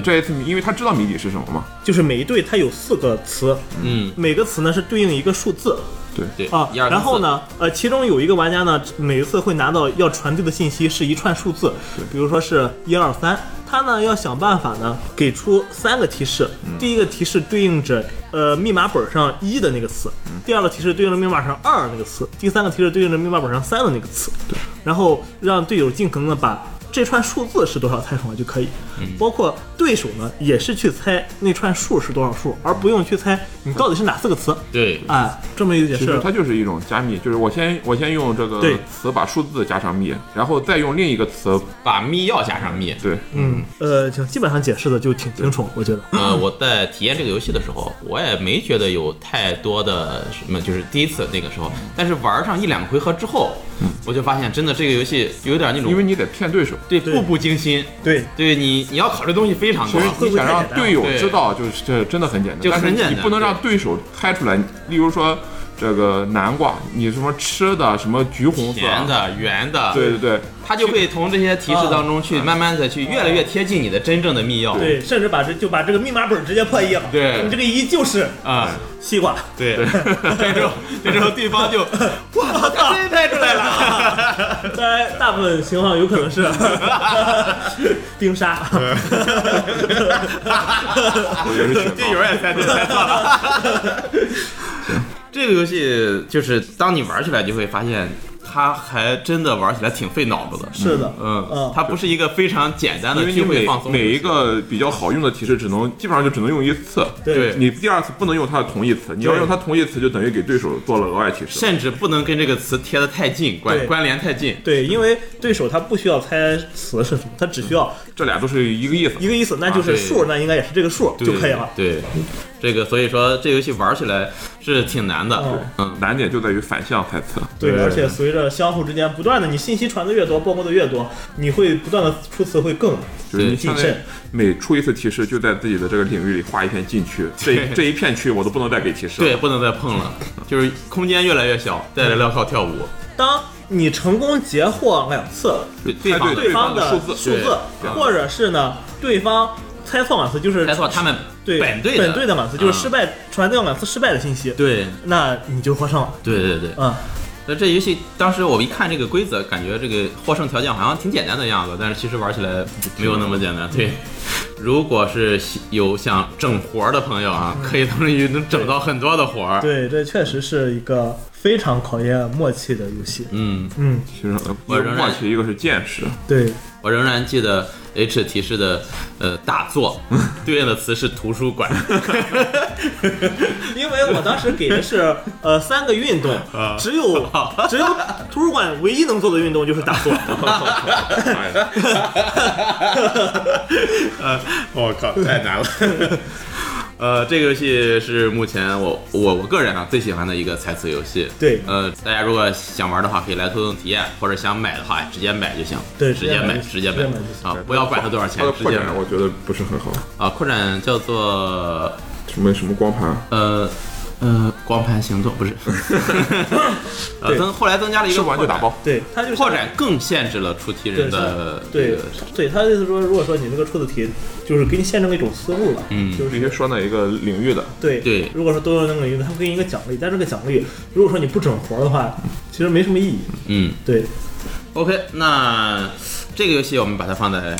对，这一次，因为他知道谜底是什么嘛，就是每一队它有四个词，嗯，每个词呢是对应一个数字对，对啊。一二然后三四呢，呃，其中有一个玩家呢，每一次会拿到要传递的信息是一串数字，比如说是一二三。他呢要想办法呢给出三个提示，嗯第一个提示对应着呃密码本上一的那个词，嗯第二个提示对应着密码本上二的那个词，第三个提示对应着密码本上三的那个词，然后让队友尽可能的把这串数字是多少猜出来就可以，嗯包括对手呢也是去猜那串数是多少数，而不用去猜你到底是哪四个词。对，哎，这么一个解其实释，它就是一种加密，就是我先我先用这个对词把数字加上密，然后再用另一个词，把密钥加上密。对，嗯，呃，就基本上解释的就挺清楚，我觉得。呃，我在体验这个游戏的时候，我也没觉得有太多的什么，就是第一次那个时候，但是玩上一两个回合之后，我就发现真的这个游戏有点那种，嗯因为你得骗对手，对步步惊心，对对你你要考虑东西非常其多实。会你不会想太让简单队友对知道，就是这真的很简单，就但是很简单你不能让对手猜出来。例如说这个南瓜，你什么吃的什么橘红色，甜的、圆的，对对啊对，它就会从这些提示当中去慢慢的去越来越贴近你的真正的密钥。对，甚至把这就把这个密码本直接破译了。对你这个一就是啊，西瓜。对，这时候这时候对方 就我操，真猜出来了！当然， 大部分情况有可能 是冰沙。队友也猜对猜错了。这个游戏就是当你玩起来，就会发现它还真的玩起来挺费脑子的。 是的，嗯嗯，它不是一个非常简单因的为聚你会每放松的游戏。每一个比较好用的提示，只能基本上就只能用一次。对你第二次不能用它的同义词，你要对用它同义词，就等于给对手做了额外提示。甚至不能跟这个词贴得太近，关对关联太近。对，因为对手他不需要猜词是什么，他只需要这俩都是一个意思。一个意思，那就啊是对数，那应该也是这个数对就可以了。对，这个所以说这游戏玩起来是挺难的嗯。嗯，难点就在于反向猜测。对，而且随着相互之间不断的，你信息传的越多，包括的越多，你会不断的出词会更就是你谨相当于慎。每出一次提示，就在自己的这个领域里画一片禁区，这这一片区我都不能再给提示。对，，不能再碰了，就是空间越来越小，再来靠跳舞。当你成功截获两次对，对方对对哎方方的的数数字字，对或者是呢对方猜错两次，就是猜错他们对本队本队的两次，就是嗯失败传掉两次失败的信息。对那你就获胜了。对对对。嗯，那这游戏当时我一看这个规则，感觉这个获胜条件好像挺简单的样子，但是其实玩起来没有那么简单。对，如果是喜有想整活儿的朋友啊，可以从这里能整到很多的活儿。对，这确实是一个非常考验默契的游戏。嗯，嗯，其实呃一我个仍然默契，一个是 见识。对，我仍然记得 H 提示的呃大作，对应的词是图书馆。嗯因为我当时给的是呃三个运动，啊只 有只有图书馆唯一能做的运动就是打坐。哎 呃，我靠，太难了。 呃，这个游戏是目前我我我个人啊最喜欢的一个猜词游戏。对呃，大家如果想玩的话，可以来互动体验，或者想买的话，直接买就行。对直接买，直直接接买买直接买就行啊！不要管它多少钱它的，直扩接展买我觉得不是很好，啊！扩展叫做什么什么光盘，呃呃光盘行动， 不是，呃，对增后来增加了一吃个完就打扩展包。。对，它就是扩展更限制了出题人的对它这对个对，他的意思说，如果说你这个出的题就是给你限定了一种思路了，嗯就必须是。说那一个领域的，对对如果说都用那个运动，他会给你一个奖励，但这个奖励，如果说你不整活的话，其实没什么意义。嗯。对， OK，那这个游戏我们把它放在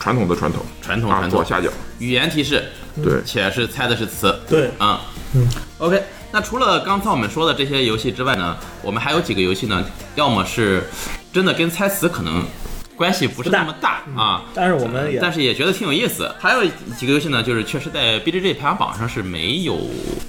传统的传统，传统啊传统嗯左下角，语言提示，对，且是猜的是词。对啊，嗯，OK。那除了刚才我们说的这些游戏之外呢，我们还有几个游戏呢，要么是真的跟猜词可能关系不是那么大啊。但是我们也但是也觉得挺有意思。还有几个游戏呢，就是确实在 BGG 排行榜上是没有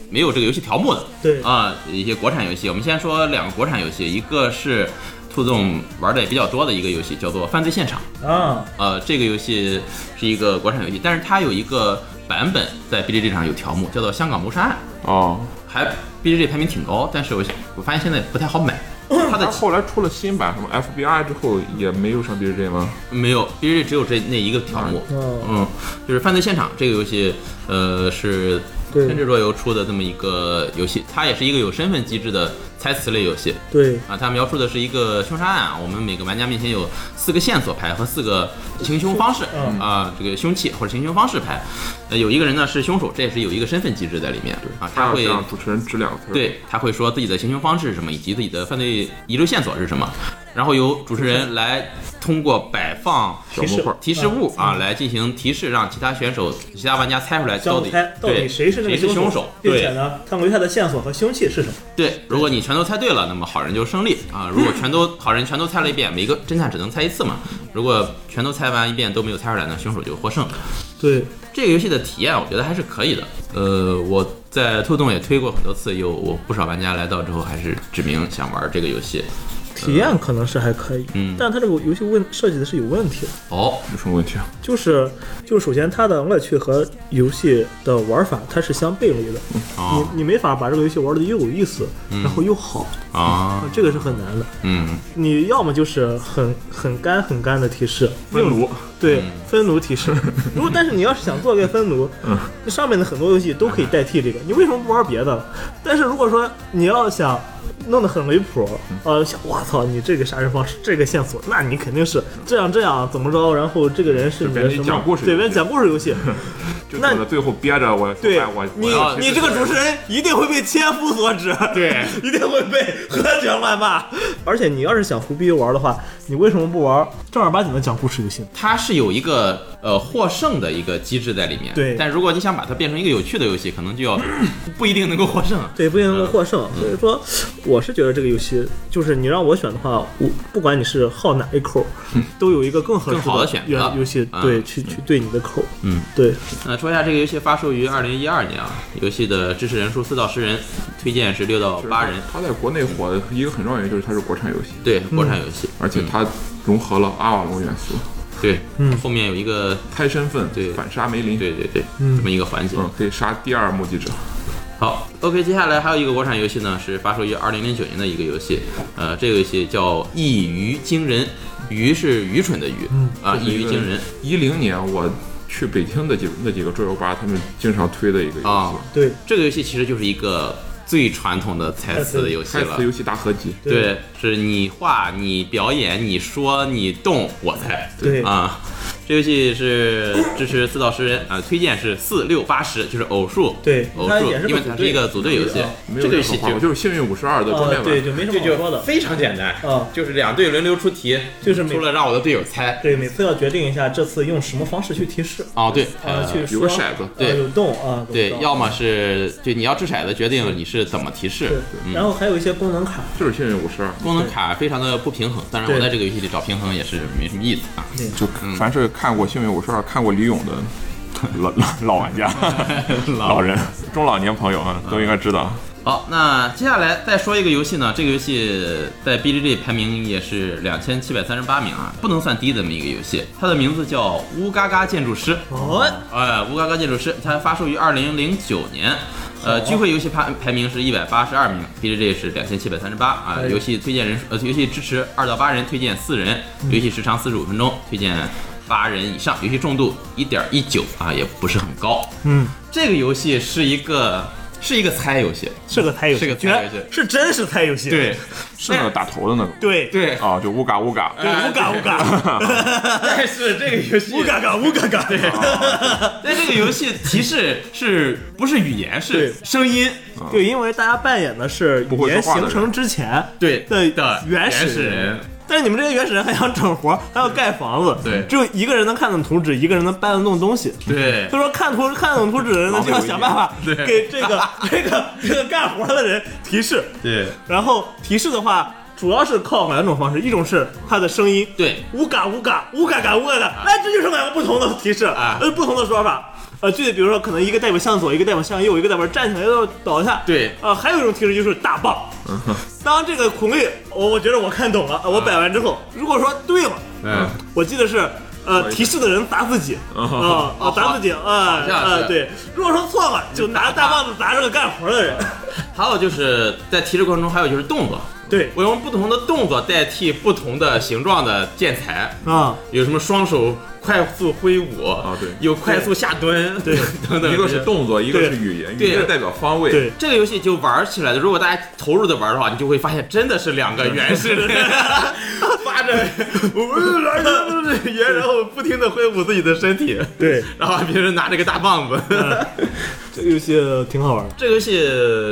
没有这个游戏条目的。对啊，一些国产游戏，我们先说两个国产游戏，一个是兔总玩的也比较多的一个游戏，叫做《犯罪现场》。啊，呃，这个游戏是一个国产游戏，但是它有一个版本在 BGG 上有条目，叫做《香港谋杀案哦，》，还 BGG 排名挺高，但是我我发现现在不太好买。它的他后来出了新版，什么 FBI 之后也没有上 BGG 吗？没有 BGG 只有这那一个条目，嗯，嗯，就是《犯罪现场》这个游戏，呃，是对天之若游出的这么一个游戏，它也是一个有身份机制的猜词类游戏对，啊。它描述的是一个凶杀案，啊我们每个玩家面前有四个线索牌和四个行凶方式嗯啊、这个凶器或者行凶方式牌。呃，有一个人呢是凶手，这也是有一个身份机制在里面啊，他要会让主持人指两个词儿。对，他会说自己的行凶方式是什么，以及自己的犯罪遗留线索是什么，然后由主持人来通过摆放小木块儿，提示物啊，来进行提示，让其他选手、其他玩家猜出来相到互底猜到底对谁是那个谁是凶手手，，并且对呢，他们留下的线索和凶器是什么？对。如果你全都猜对了，那么好人就胜利 啊。如果全都好人全都猜了一遍，每个侦探只能猜一次嘛。如果全都猜完一遍都没有猜出来呢，凶手就获胜。对，这个游戏的体验，我觉得还是可以的。呃，我在兔洞也推过很多次，有我不少玩家来到之后还是指明想玩这个游戏。体验可能是还可以，嗯但它这个游戏问设计的是有问题的，哦，有什么问题啊？就是就是首先它的乐趣和游戏的玩法它是相背离的，哦，嗯你你没法把这个游戏玩的又有意思，然后又好，啊， 这个是很难的。嗯，你要么就是很很干很干的提示，分炉对，分炉提示。 如果但是你要是想做个分炉，那上面的很多游戏都可以代替这个，你为什么不玩别的？但是如果说你要想弄得很离谱，呃，想我操，你这个杀人方式，这个线索，那你肯定是这样这样怎么着，然后这个人是你别的人什么？讲故事对，游戏别人讲故事游戏，就那等着最后憋着我，对我我你要你这个主持人一定会被千夫所指，对， 一定会被喝绝乱骂。而且你要是想胡逼玩的话，你为什么不玩正儿八经的讲故事游戏呢？它是有一个呃获胜的一个机制在里面。对但如果你想把它变成一个有趣的游戏，可能就 要不一定能够获胜。对，不一定嗯能够获胜。所以说，我是觉得这个游戏，就是你让我选的话，我不管你是好哪一口，都有一个更合适嗯更好的选择原游戏啊对去去对你的口。嗯， 对，那说一下这个游戏发售于二零一二年啊，游戏的支持人数四到十人，推荐是六到八人。他在国内火的一个很重要原因就是它是国产游戏，对，国产游戏，而且它融合了阿瓦隆元素，对，嗯后面有一个，猜身份，对反杀梅林，对对对，嗯这么一个环节。嗯，可以杀第二目击者。好，OK，接下来还有一个国产游戏呢，是发售于二零零九年的一个游戏，呃，这个游戏叫《一鱼惊人》，鱼是愚蠢的鱼，嗯啊，《一鱼惊人》。一零年我去北京的几那几个桌游吧，他们经常推的一个游戏，啊对，这个游戏其实就是一个最传统的猜词的游戏猜了词。游戏大合集。对对，是你画、你表演、你说、你动，我猜。对啊，这游戏是支持四到十人啊，推荐是四六八十，就是偶数。对偶它数也是，个因为它是一个组队游戏啊。没有这个游哦任戏何就话，我就是幸运五十二的桌面啊，对，版，就没什么好说的。非常简单啊就是两队轮流出题，就是每出了让我的队友猜。对，每次要决定一下这次用什么方式去提示，哦，对，啊，呃去有个说骰子，对啊有动啊，对有，动要么是对你要掷骰子决定你是怎么提示对，，然后还有一些功能卡，就是幸运五十二。功能卡非常的不平衡，当然我对在这个游戏里找平衡也是没什么意思啊。就凡是看过《幸运五十二》、看过李勇的 老老老 玩家、老人、中老年朋友啊，都应该知道。好，那接下来再说一个游戏呢，这个游戏在 BGG 排名也是两千七百三十八名啊，不能算低的这么一个游戏，它的名字叫《乌嘎嘎建筑师》。哦，哎，乌嘎嘎建筑师，它发售于二零零九年。哦呃，聚会游戏排排名是一百八十二名，BGG 是两千七百三十八啊。哎游戏推荐人数，呃，游戏支持二到八人，推荐四人。嗯游戏时长四十五分钟，推荐八人以上。游戏重度一点一九啊，也不是很高。嗯，这个游戏是一个是一个猜游戏，是个猜游戏，是个居猜然游戏是真是猜游戏，对是那个打头的那个对对，对，啊，就乌嘎乌嘎。乌嘎乌嘎，但是这个游戏乌，嘎嘎乌 嘎嘎，但这个游戏提示是不是语言是对声音？对，因为大家扮演的是不会语言说话的形人成之前对的的原始始人。但是你们这些原始人还想整活，还要盖房子，对只有一个人能看懂图纸，一个人能搬得动东西。对所以说看图看懂图纸的人呢，就要想办法对给这个这个这个干活的人提示，对然后提示的话，主要是靠两种方式，一种是它的声音，对，无嘎无嘎无嘎嘎无嘎嘎，哎，这就是两个不同的提示，啊呃，不同的说法。呃，具体比如说，可能一个代表向左，一个代表向右，一个代表站起来又倒下。对呃，还有一种提示就是大棒。当这个孔令，我我觉得我看懂了，呃我摆完之后，如果说对了，嗯，我记得是。呃，提示的人砸自己，啊啊，砸自己，啊像是啊，对。如果说错了，就拿大棒子砸这个干活的人。还有就是在提示过程中，还有就是动作，对，我用不同的动作代替不同的形状的建材，啊，有什么双手快速挥舞啊对有快速下蹲，对等等，一个是动作，一个对是语言，语对言代表方位。对，这个游戏就玩起来的，如果大家投入的玩的话，你就会发现真的是两个原始人发着，然后不停的挥舞自己的身体，对，然后别人拿着个大棒子。这个游戏挺好玩的。这个游戏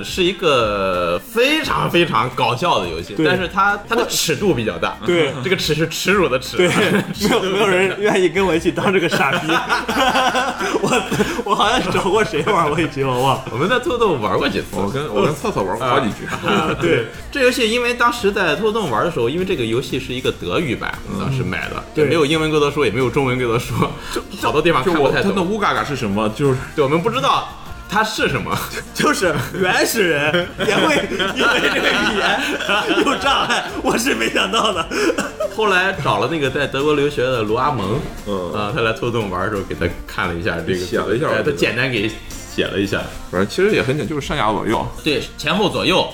是一个非常非常搞笑的游戏，对但是它它的尺度比较大。对这个尺是耻辱的耻。对，没有没有人愿意跟我一起当这个傻 逼。我我好像找过谁玩过一局，我忘了。我们在兔兔玩过几次。我跟我跟厕所玩过好几局，啊，对这游戏因为当时在兔洞玩的时候，因为这个游戏是一个德语版，我们当时买的，对也没有英文规则书，也没有中文规则书， 好多地方 就看不我太他那懂。乌嘎嘎是什么？就是对，我们不知道它是什么。就是原始人也会因为这个语言有障碍，我是没想到的。后来找了那个在德国留学的罗阿蒙，嗯啊，他来兔洞玩的时候给他看了一下这个，写了一下嗯哎我他觉得简单给写了一下。反正其实也很简单，就是上下左右。对，前后左右，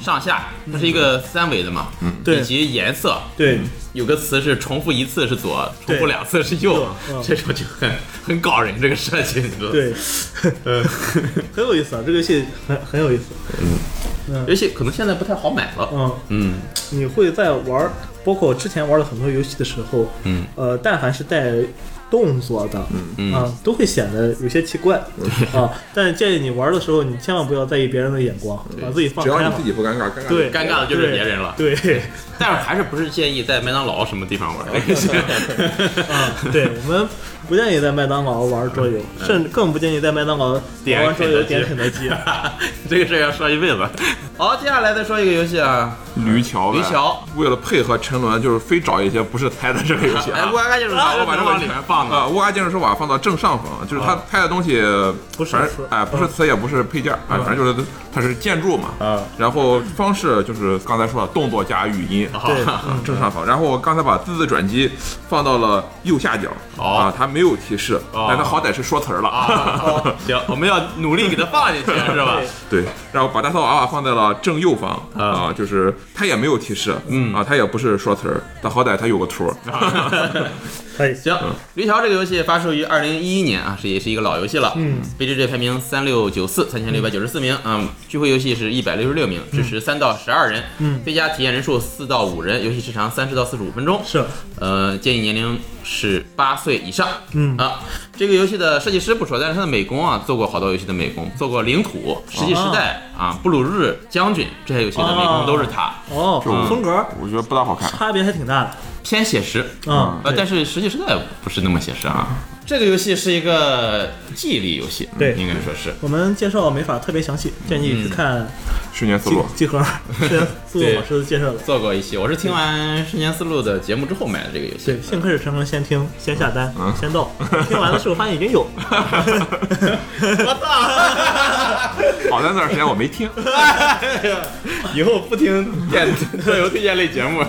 上下，它是一个三维的嘛，对以及颜色，对有个词是重复一次是左，重复对两次是右嗯，这种就很很搞人这个设计，你知道吗？对， 很有意思啊，这个游戏很很有意思。游戏可能现在不太好买了。嗯，嗯，你会在玩，包括之前玩了很多游戏的时候，嗯，呃，但凡是带动作的，嗯啊，都会显得有些奇怪，啊。但是建议你玩的时候，你千万不要在意别人的眼光，把自己放只要开你了自。己不尴尬，尴尬对，尴尬的就是别人了对，对，但是还是不是建议在麦当劳什么地方玩这个游戏？ 啊，对，我们不建议在麦当劳玩桌游，嗯甚至更不建议在麦当劳玩完桌游点肯德基。 这个事儿要说一辈子。好，接下来再说一个游戏啊，驴桥呗。驴桥为了配合沉沦，就是非找一些不是猜的这个游戏哎，啊乌。鸦盖就是把啊我把这往里面放的。啊，乌鸦建筑师瓦放到正上方，就是他拍的东西，不是反正词哎，不是词也不是配件儿，啊，反正就是它是建筑嘛，啊，然后方式就是刚才说的动作加语音，好，啊正上方。然后我刚才把字字转机放到了右下角，哦啊，它没有提示，哦但它好歹是说词儿了啊，行，我们要努力给它放进去，是吧？ 对，然后把大头娃娃放在了正右方啊、就是它也没有提示，嗯啊，它也不是说词儿，但好歹它有个图儿，啊 可以，行，驴桥这个游戏发售于二零一一年啊，是也是一个老游戏了。嗯，BGG 排名三六九四，三千六百九十四名。嗯，聚会游戏是一百六十六名，支持三到十二人。嗯，最佳体验人数四到五人，游戏时长三十到四十五分钟。是呃，建议年龄是八岁以上。嗯啊，这个游戏的设计师不说，但是他的美工啊，做过好多游戏的美工，做过《领土》《石器时代》啊，《布鲁日》《将军》这些游戏的美工都是他，哦，风格 我觉得不大好看。差别还挺大的。偏写实。嗯，呃，对但是《石器时代》不是那么写实啊。这个游戏是一个记忆力游戏，嗯对应该说是。我们介绍没法特别详细，建议嗯去看去年思集 路，集合是啊苏对老师介绍的。做过一期，我是听完《瞬间思路》的节目之后买的这个游戏对，。幸亏是陈诚先听，先下单，先到。听完的时候发现已经有，我操！好在那段时间我没听，以后不听电桌游推荐类节目。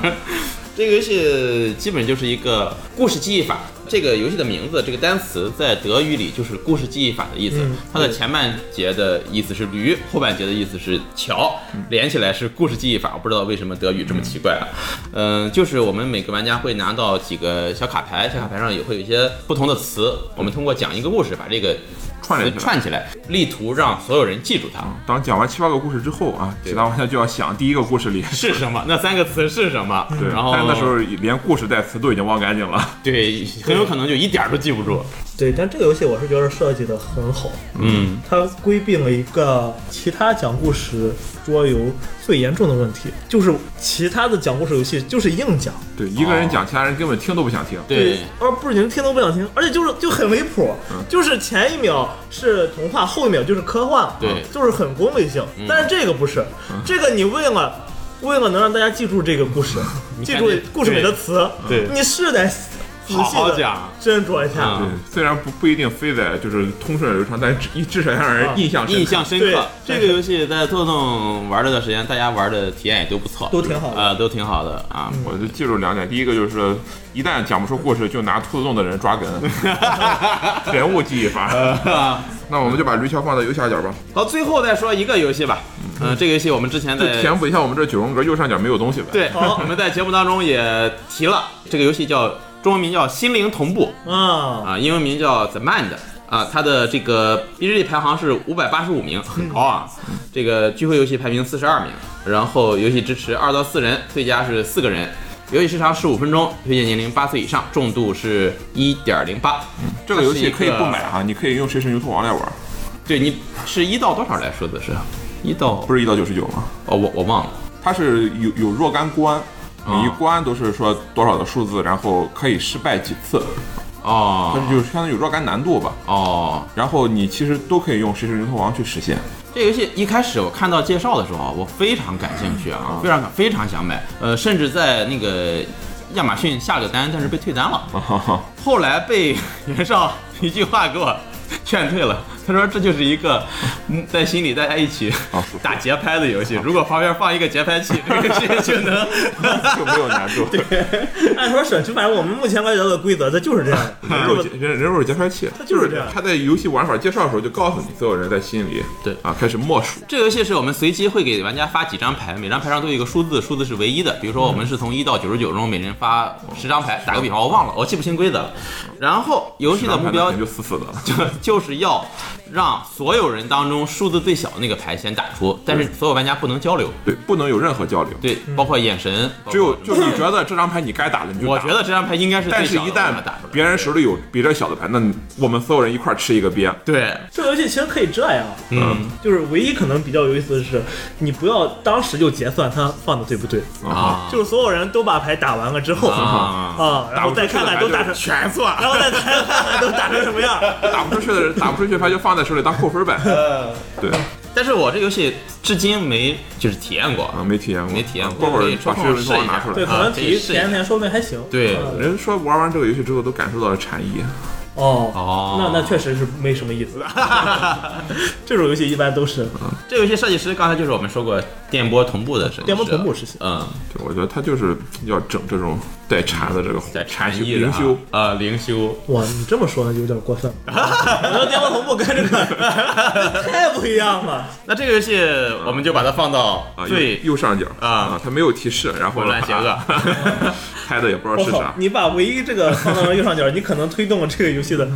这个游戏基本就是一个故事记忆法。这个游戏的名字，这个单词在德语里就是故事记忆法的意思。它的前半节的意思是驴，后半节的意思是桥，连起来是故事记忆法。我不知道为什么德语这么奇怪啊。嗯、就是我们每个玩家会拿到几个小卡牌，小卡牌上也会有一些不同的词，我们通过讲一个故事把这个串联词起来串起来，力图让所有人记住它。当讲完七八个故事之后啊，其他玩家就要想第一个 故事里。是什么？那三个词是什么？对，然后但是那时候连故事带词都已经忘干净了。对，很有可能就一点儿都记不住。对，但这个游戏我是觉得设计的很好，嗯，它规避了一个其他讲故事桌游最严重的问题，就是其他的讲故事游戏就是硬讲，对，一个人讲，其他人根本听都不想听。对，而不仅听都不想听，而且就是就很离谱，嗯就是前一秒是童话，后一秒就是科幻，对嗯就是很功利性。但是这个不是，这个你为了为了能让大家记住这个故 事，记住赶紧故事里的词，对你是得仔细好好的讲斟酌一下。对，虽然不不一定非得就是通顺流畅，但至至少让人印象深啊刻。印象深对刻。这个游戏在兔洞玩了段时间，大家玩的体验也都不错，都挺好的啊、都挺好的啊。我就记住两点，第一个就是一旦讲不出故事，就拿兔子洞的人抓 梗，人物记忆法。啊那我们就把驴桥放到右下角吧，好，最后再说一个游戏吧。嗯、这个游戏我们之前就在填补一下我们这九宫格右上角没有东西呗。，对我们在节目当中也提了，这个游戏叫中文名叫《心灵同步》嗯啊，啊，英文名叫 The Mind 啊，它的这个 BGG 排行是五百八十五名，很高啊。这个聚会游戏排名四十二名，然后游戏支持二到四人，最佳是四个人。游戏时长十五分钟，推荐年龄八岁以上，重度是一点零八。这个游戏可它是以一不个买啊，你可以用《谁是牛头王》来玩，对你是一到多少来说的是？一到不是一到九十九吗？哦，我我忘了。它是有有若干啊关，每一关都是说多少的数字，然后可以失败几次，但哦是就是相当于有若干难度吧。哦，然后你其实都可以用《谁是牛头王》去 实现。这游戏一开始我看到介绍的时候，啊我非常感兴趣啊，非常感非常想买，呃，甚至在那个亚马逊下了单，但是被退单了。后来被 袁绍一句话给我劝退了，他说这就是一个嗯在心里大家一起啊是打节拍的游戏，如果旁边放一个节拍器，这个游戏就 能 就没有难度，按说省区，反正我们目前了解到的规则，它就是 这样嗯的。人肉节人人肉节拍器，它就是这样他在游戏玩法介绍的时候就告诉你，所有人在心里对啊开始默数，这游戏是我们随机会给玩家发几张牌，每张牌上都有一个数字，数字是唯一的。比如说我们是从一到九十九中每人发十张牌，打个比方，我忘了，我记不清规则了。然后游戏的目标然后他可能就死死 的了。就就是要让所有人当中数字最小的那个牌先打出，但是所有玩家不能交流，对，不能有任何交流，对，包括眼神，只有包括就你觉得这张牌你该打的你就打。我觉，得这张牌应该是但最是小的，一我把旦它打出来。别人手里有比这小的牌，那我们所有人一块儿吃一个鳖。对，这个游戏其实可以这样，啊嗯就是唯一可能比较有意思的是，你不要当时就结算它放的对不对，嗯啊，就是所有人都把牌打完了之后啊啊，然后再看看都打成， 全错，然后再看看都打成什么样。打不出去的人打不出去的牌就放在手里当扣分呗。嗯对，但是我这游戏至今没就是体验过，啊，没体验过，没体验过过会可以儿抽把空学习试一下拿出来。对，可能啊体育这是前一天说不定还行。对嗯人说玩完这个游戏之后都感受到了禅意，哦，哦，那那确实是没什么 意思。这种游戏一般都是这游戏设计师刚才就是我们说过电波同步的设计师，啊电波同步实现嗯，对，我觉得他就是要整这种带禅的这个在禅意的灵啊修。啊，灵修，哇，你这么说有点过分 了。我说电波同步跟这个 太不一样了。那这个游戏我们就把它放到啊，右最右上角啊它没有提示，然后混乱邪恶， 拍的也不知道我是靠啥，你把唯一这个放到右上角，你可能推动了这个游戏的。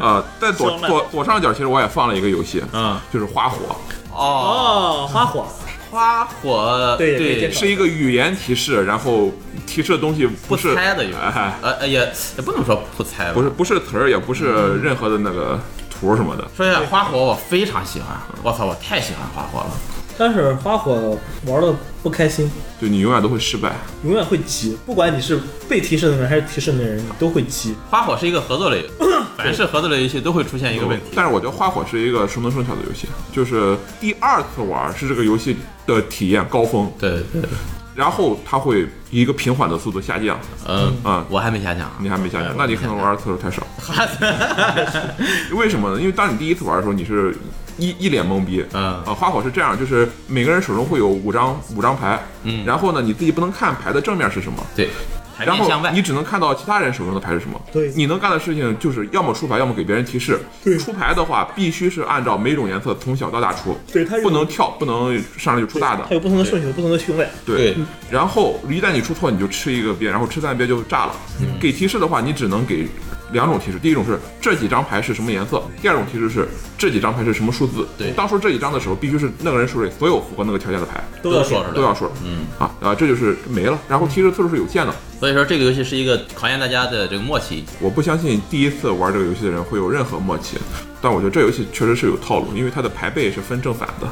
啊。在左生了左左上角，其实我也放了一个游戏，嗯，就是花火，哦，哦，花火，花火，对可以对介，绍是一个语言提示，然后提示的东西不不是猜的游戏，哎呃呃也也不能说不猜吧，不是不是词儿，也不是任何的那个图什么的。说一下花火，我非常喜欢，我操，我太喜欢花火了。但是花火玩的不开心，就你永远都会失败，永远会急，不管你是被提示的人还是提示的人，你都会急。花火是一个合作类游戏， 凡是合作类游戏都会出现一个问题，但是我觉得花火是一个熟能生巧的游戏，就是第二次玩是这个游戏的体验高峰，对对，对然后它会以一个平缓的速度下降。嗯嗯我还没下降啊，你还没下降，那你可能玩的次数太少。哈哈，为什么呢？因为当你第一次玩的时候，你是一一脸懵逼。嗯啊，花火是这样，就是每个人手中会有五张五张牌，嗯，然后呢，你自己不能看牌的正面是什么， 对，台然面后向外你，只能看到其他人手中的牌是什么。对你能干的事情就是要么出牌，要么给别人提示。对出牌的话必须是按照每种颜色从小到大出，对它有不能跳，不能上来就出大的它。有不同的顺序，有不同的序位。对，然后一旦你出错，你就吃一个鳖，然后吃三鳖就炸了。给提示的话，你只能给两种提示，第一种是这几张牌是什么颜色，第二种提示是这几张牌是什么数字。对当说这几张的时候，必须是那个人手里所有符合那个条件的牌都都要说说出来，都要说。嗯啊啊，这就是没了。然后提示次数是有限的，所以说这个游戏是一个考验大家的这个默契。我不相信第一次玩这个游戏的人会有任何默契，但我觉得这游戏确实是有套路，因为它的牌背是分正反的。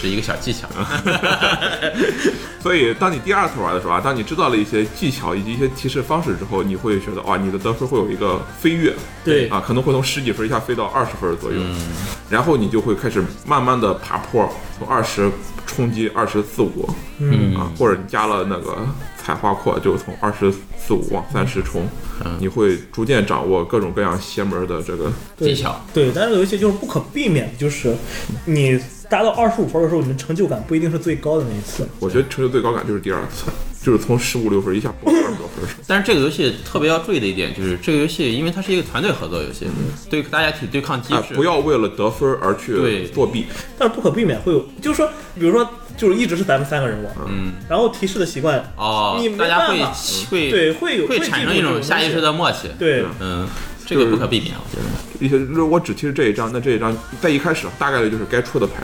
是一个小技巧。啊所以，当你第二次玩的时候啊，当你知道了一些技巧以及一些提示方式之后，你会觉得哇，你的得分会有一个飞跃，对啊，可能会从十几分一下飞到二十分左右，然后你就会开始慢慢的爬坡，从二十冲击二十四五，嗯啊，或者你加了那个采花扩，就从二十四五往三十冲，你会逐渐掌握各种各样邪门的这个技巧，对，但是有一些就是不可避免的，就是你达到二十五分的时候，你的成就感不一定是最高的那一次。我觉得成就最高感就是第二次，就是从十五六分一下爆到二十多分儿。但是这个游戏特别要注意的一点就是，这个游戏因为它是一个团队合作游戏，嗯对大家体对抗机哎，啊制，不要为了得分而对去作弊。但是不可避免会有，就是说，比如说，就是一直是咱们三个人玩，嗯，然后提示的习惯，哦你，没大办家法会嗯会对会有会会产记生住一这种种下意东识西的默契，，对，嗯，这个不可避免，我觉得。一些如果只踢这一张，那这一张在一开始啊大概率就是该出的牌，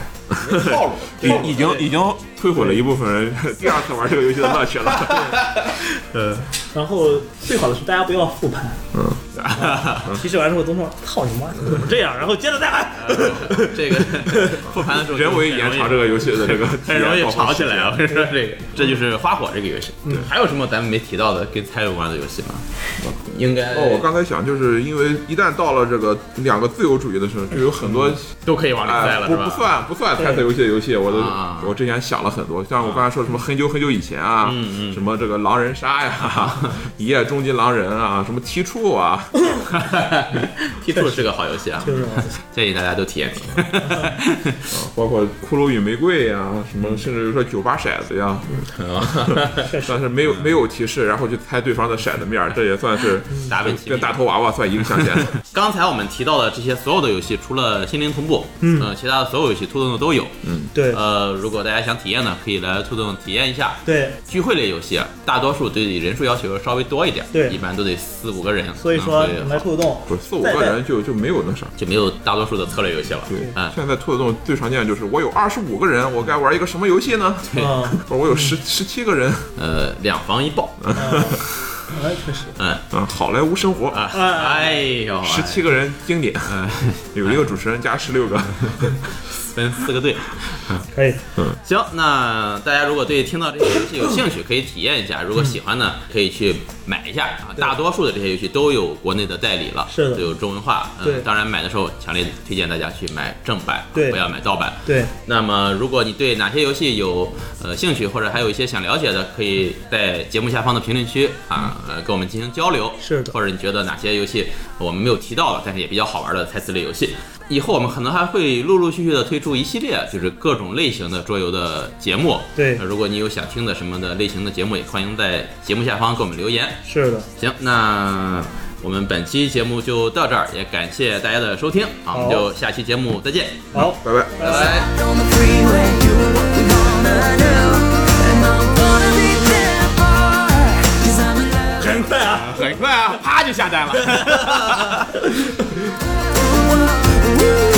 套路 已已经已经摧毁了一部分人第二次玩这个游戏的乐趣了。 然后最好的是大家不要复盘，嗯，提示完之后都说操你妈怎么这样，然后接着再来， 嗯这 个 复盘的时候人为延长这个游戏的这 个很容易体验吵起来啊！我跟你说这个，这就是花火这个游戏。对，还有什么咱们没提到的跟猜有关的游戏吗？应该哦，我刚才想，就是因为一旦到了这个两个自由主义的时候，就有很多都可以往里猜哎了，不是不 吧？算不算猜测游戏的游戏，我都啊嗯我之前想了很多，像我刚才说什么很久很久以前啊，什么这个狼人杀呀， 一夜终极狼 人啊，什么踢触啊，踢兔是个好游戏啊，就是 建议大家都体验体验。包括骷髅与玫瑰呀、什嗯么甚至说酒吧骰子呀、 但是没有嗯没有提示，然后就猜对方的骰子面儿，这也算是达芬奇跟大头娃娃算一个 象限。刚才我们提到的这些所有的游戏，除了心灵同步，嗯、其他的所有游戏兔动动都有。嗯，对呃，如果大家想体验呢，可以来兔动动体验一下。对，聚会类游戏啊，大多数对人数要求稍微多一点，对一般都得四五个人，所以说嗯你会来互动，不是四五个人就就没有那啥。就没有大多数的策略游戏了。对嗯，现在兔子洞最常见的就是我有二十五个人，我该玩一个什么游戏呢？对嗯，或者我有十十七个人，呃，两防一爆，哎，确实，嗯，啊，好莱坞生活，啊，哎呦，十七个人经典，有一个主持人加十六个，分四个队。可以，行，那大家如果对听到这些游戏有兴趣，可以体验一下；如果喜欢呢，嗯可以去买一下啊。大多数的这些游戏都有国内的代理了，是的都有中文化。对嗯，当然买的时候强烈推荐大家去买正版，对不要买盗版。对，那么，如果你对哪些游戏有呃兴趣，或者还有一些想了解的，可以在节目下方的评论区啊，呃，跟我们进行交流。嗯是的或者你觉得哪些游戏我们没有提到的，但是也比较好玩的猜词类游戏，以后我们可能还会陆陆续续的推出一系列就是各种类型的桌游的节目。对呃如果你有想听的什么的类型的节目，也欢迎在节目下方给我们留言。是的，行，那我们本期节目就到这儿，也感谢大家的收听啊，我们好就下期节目再见，好。 拜拜。拜拜。 on the freeway, doing what we wanna do. And I'm gonna be there for her, cause I'm in love. 很快啊，很快啊，啪就下单了。 Ooh, ooh, ooh.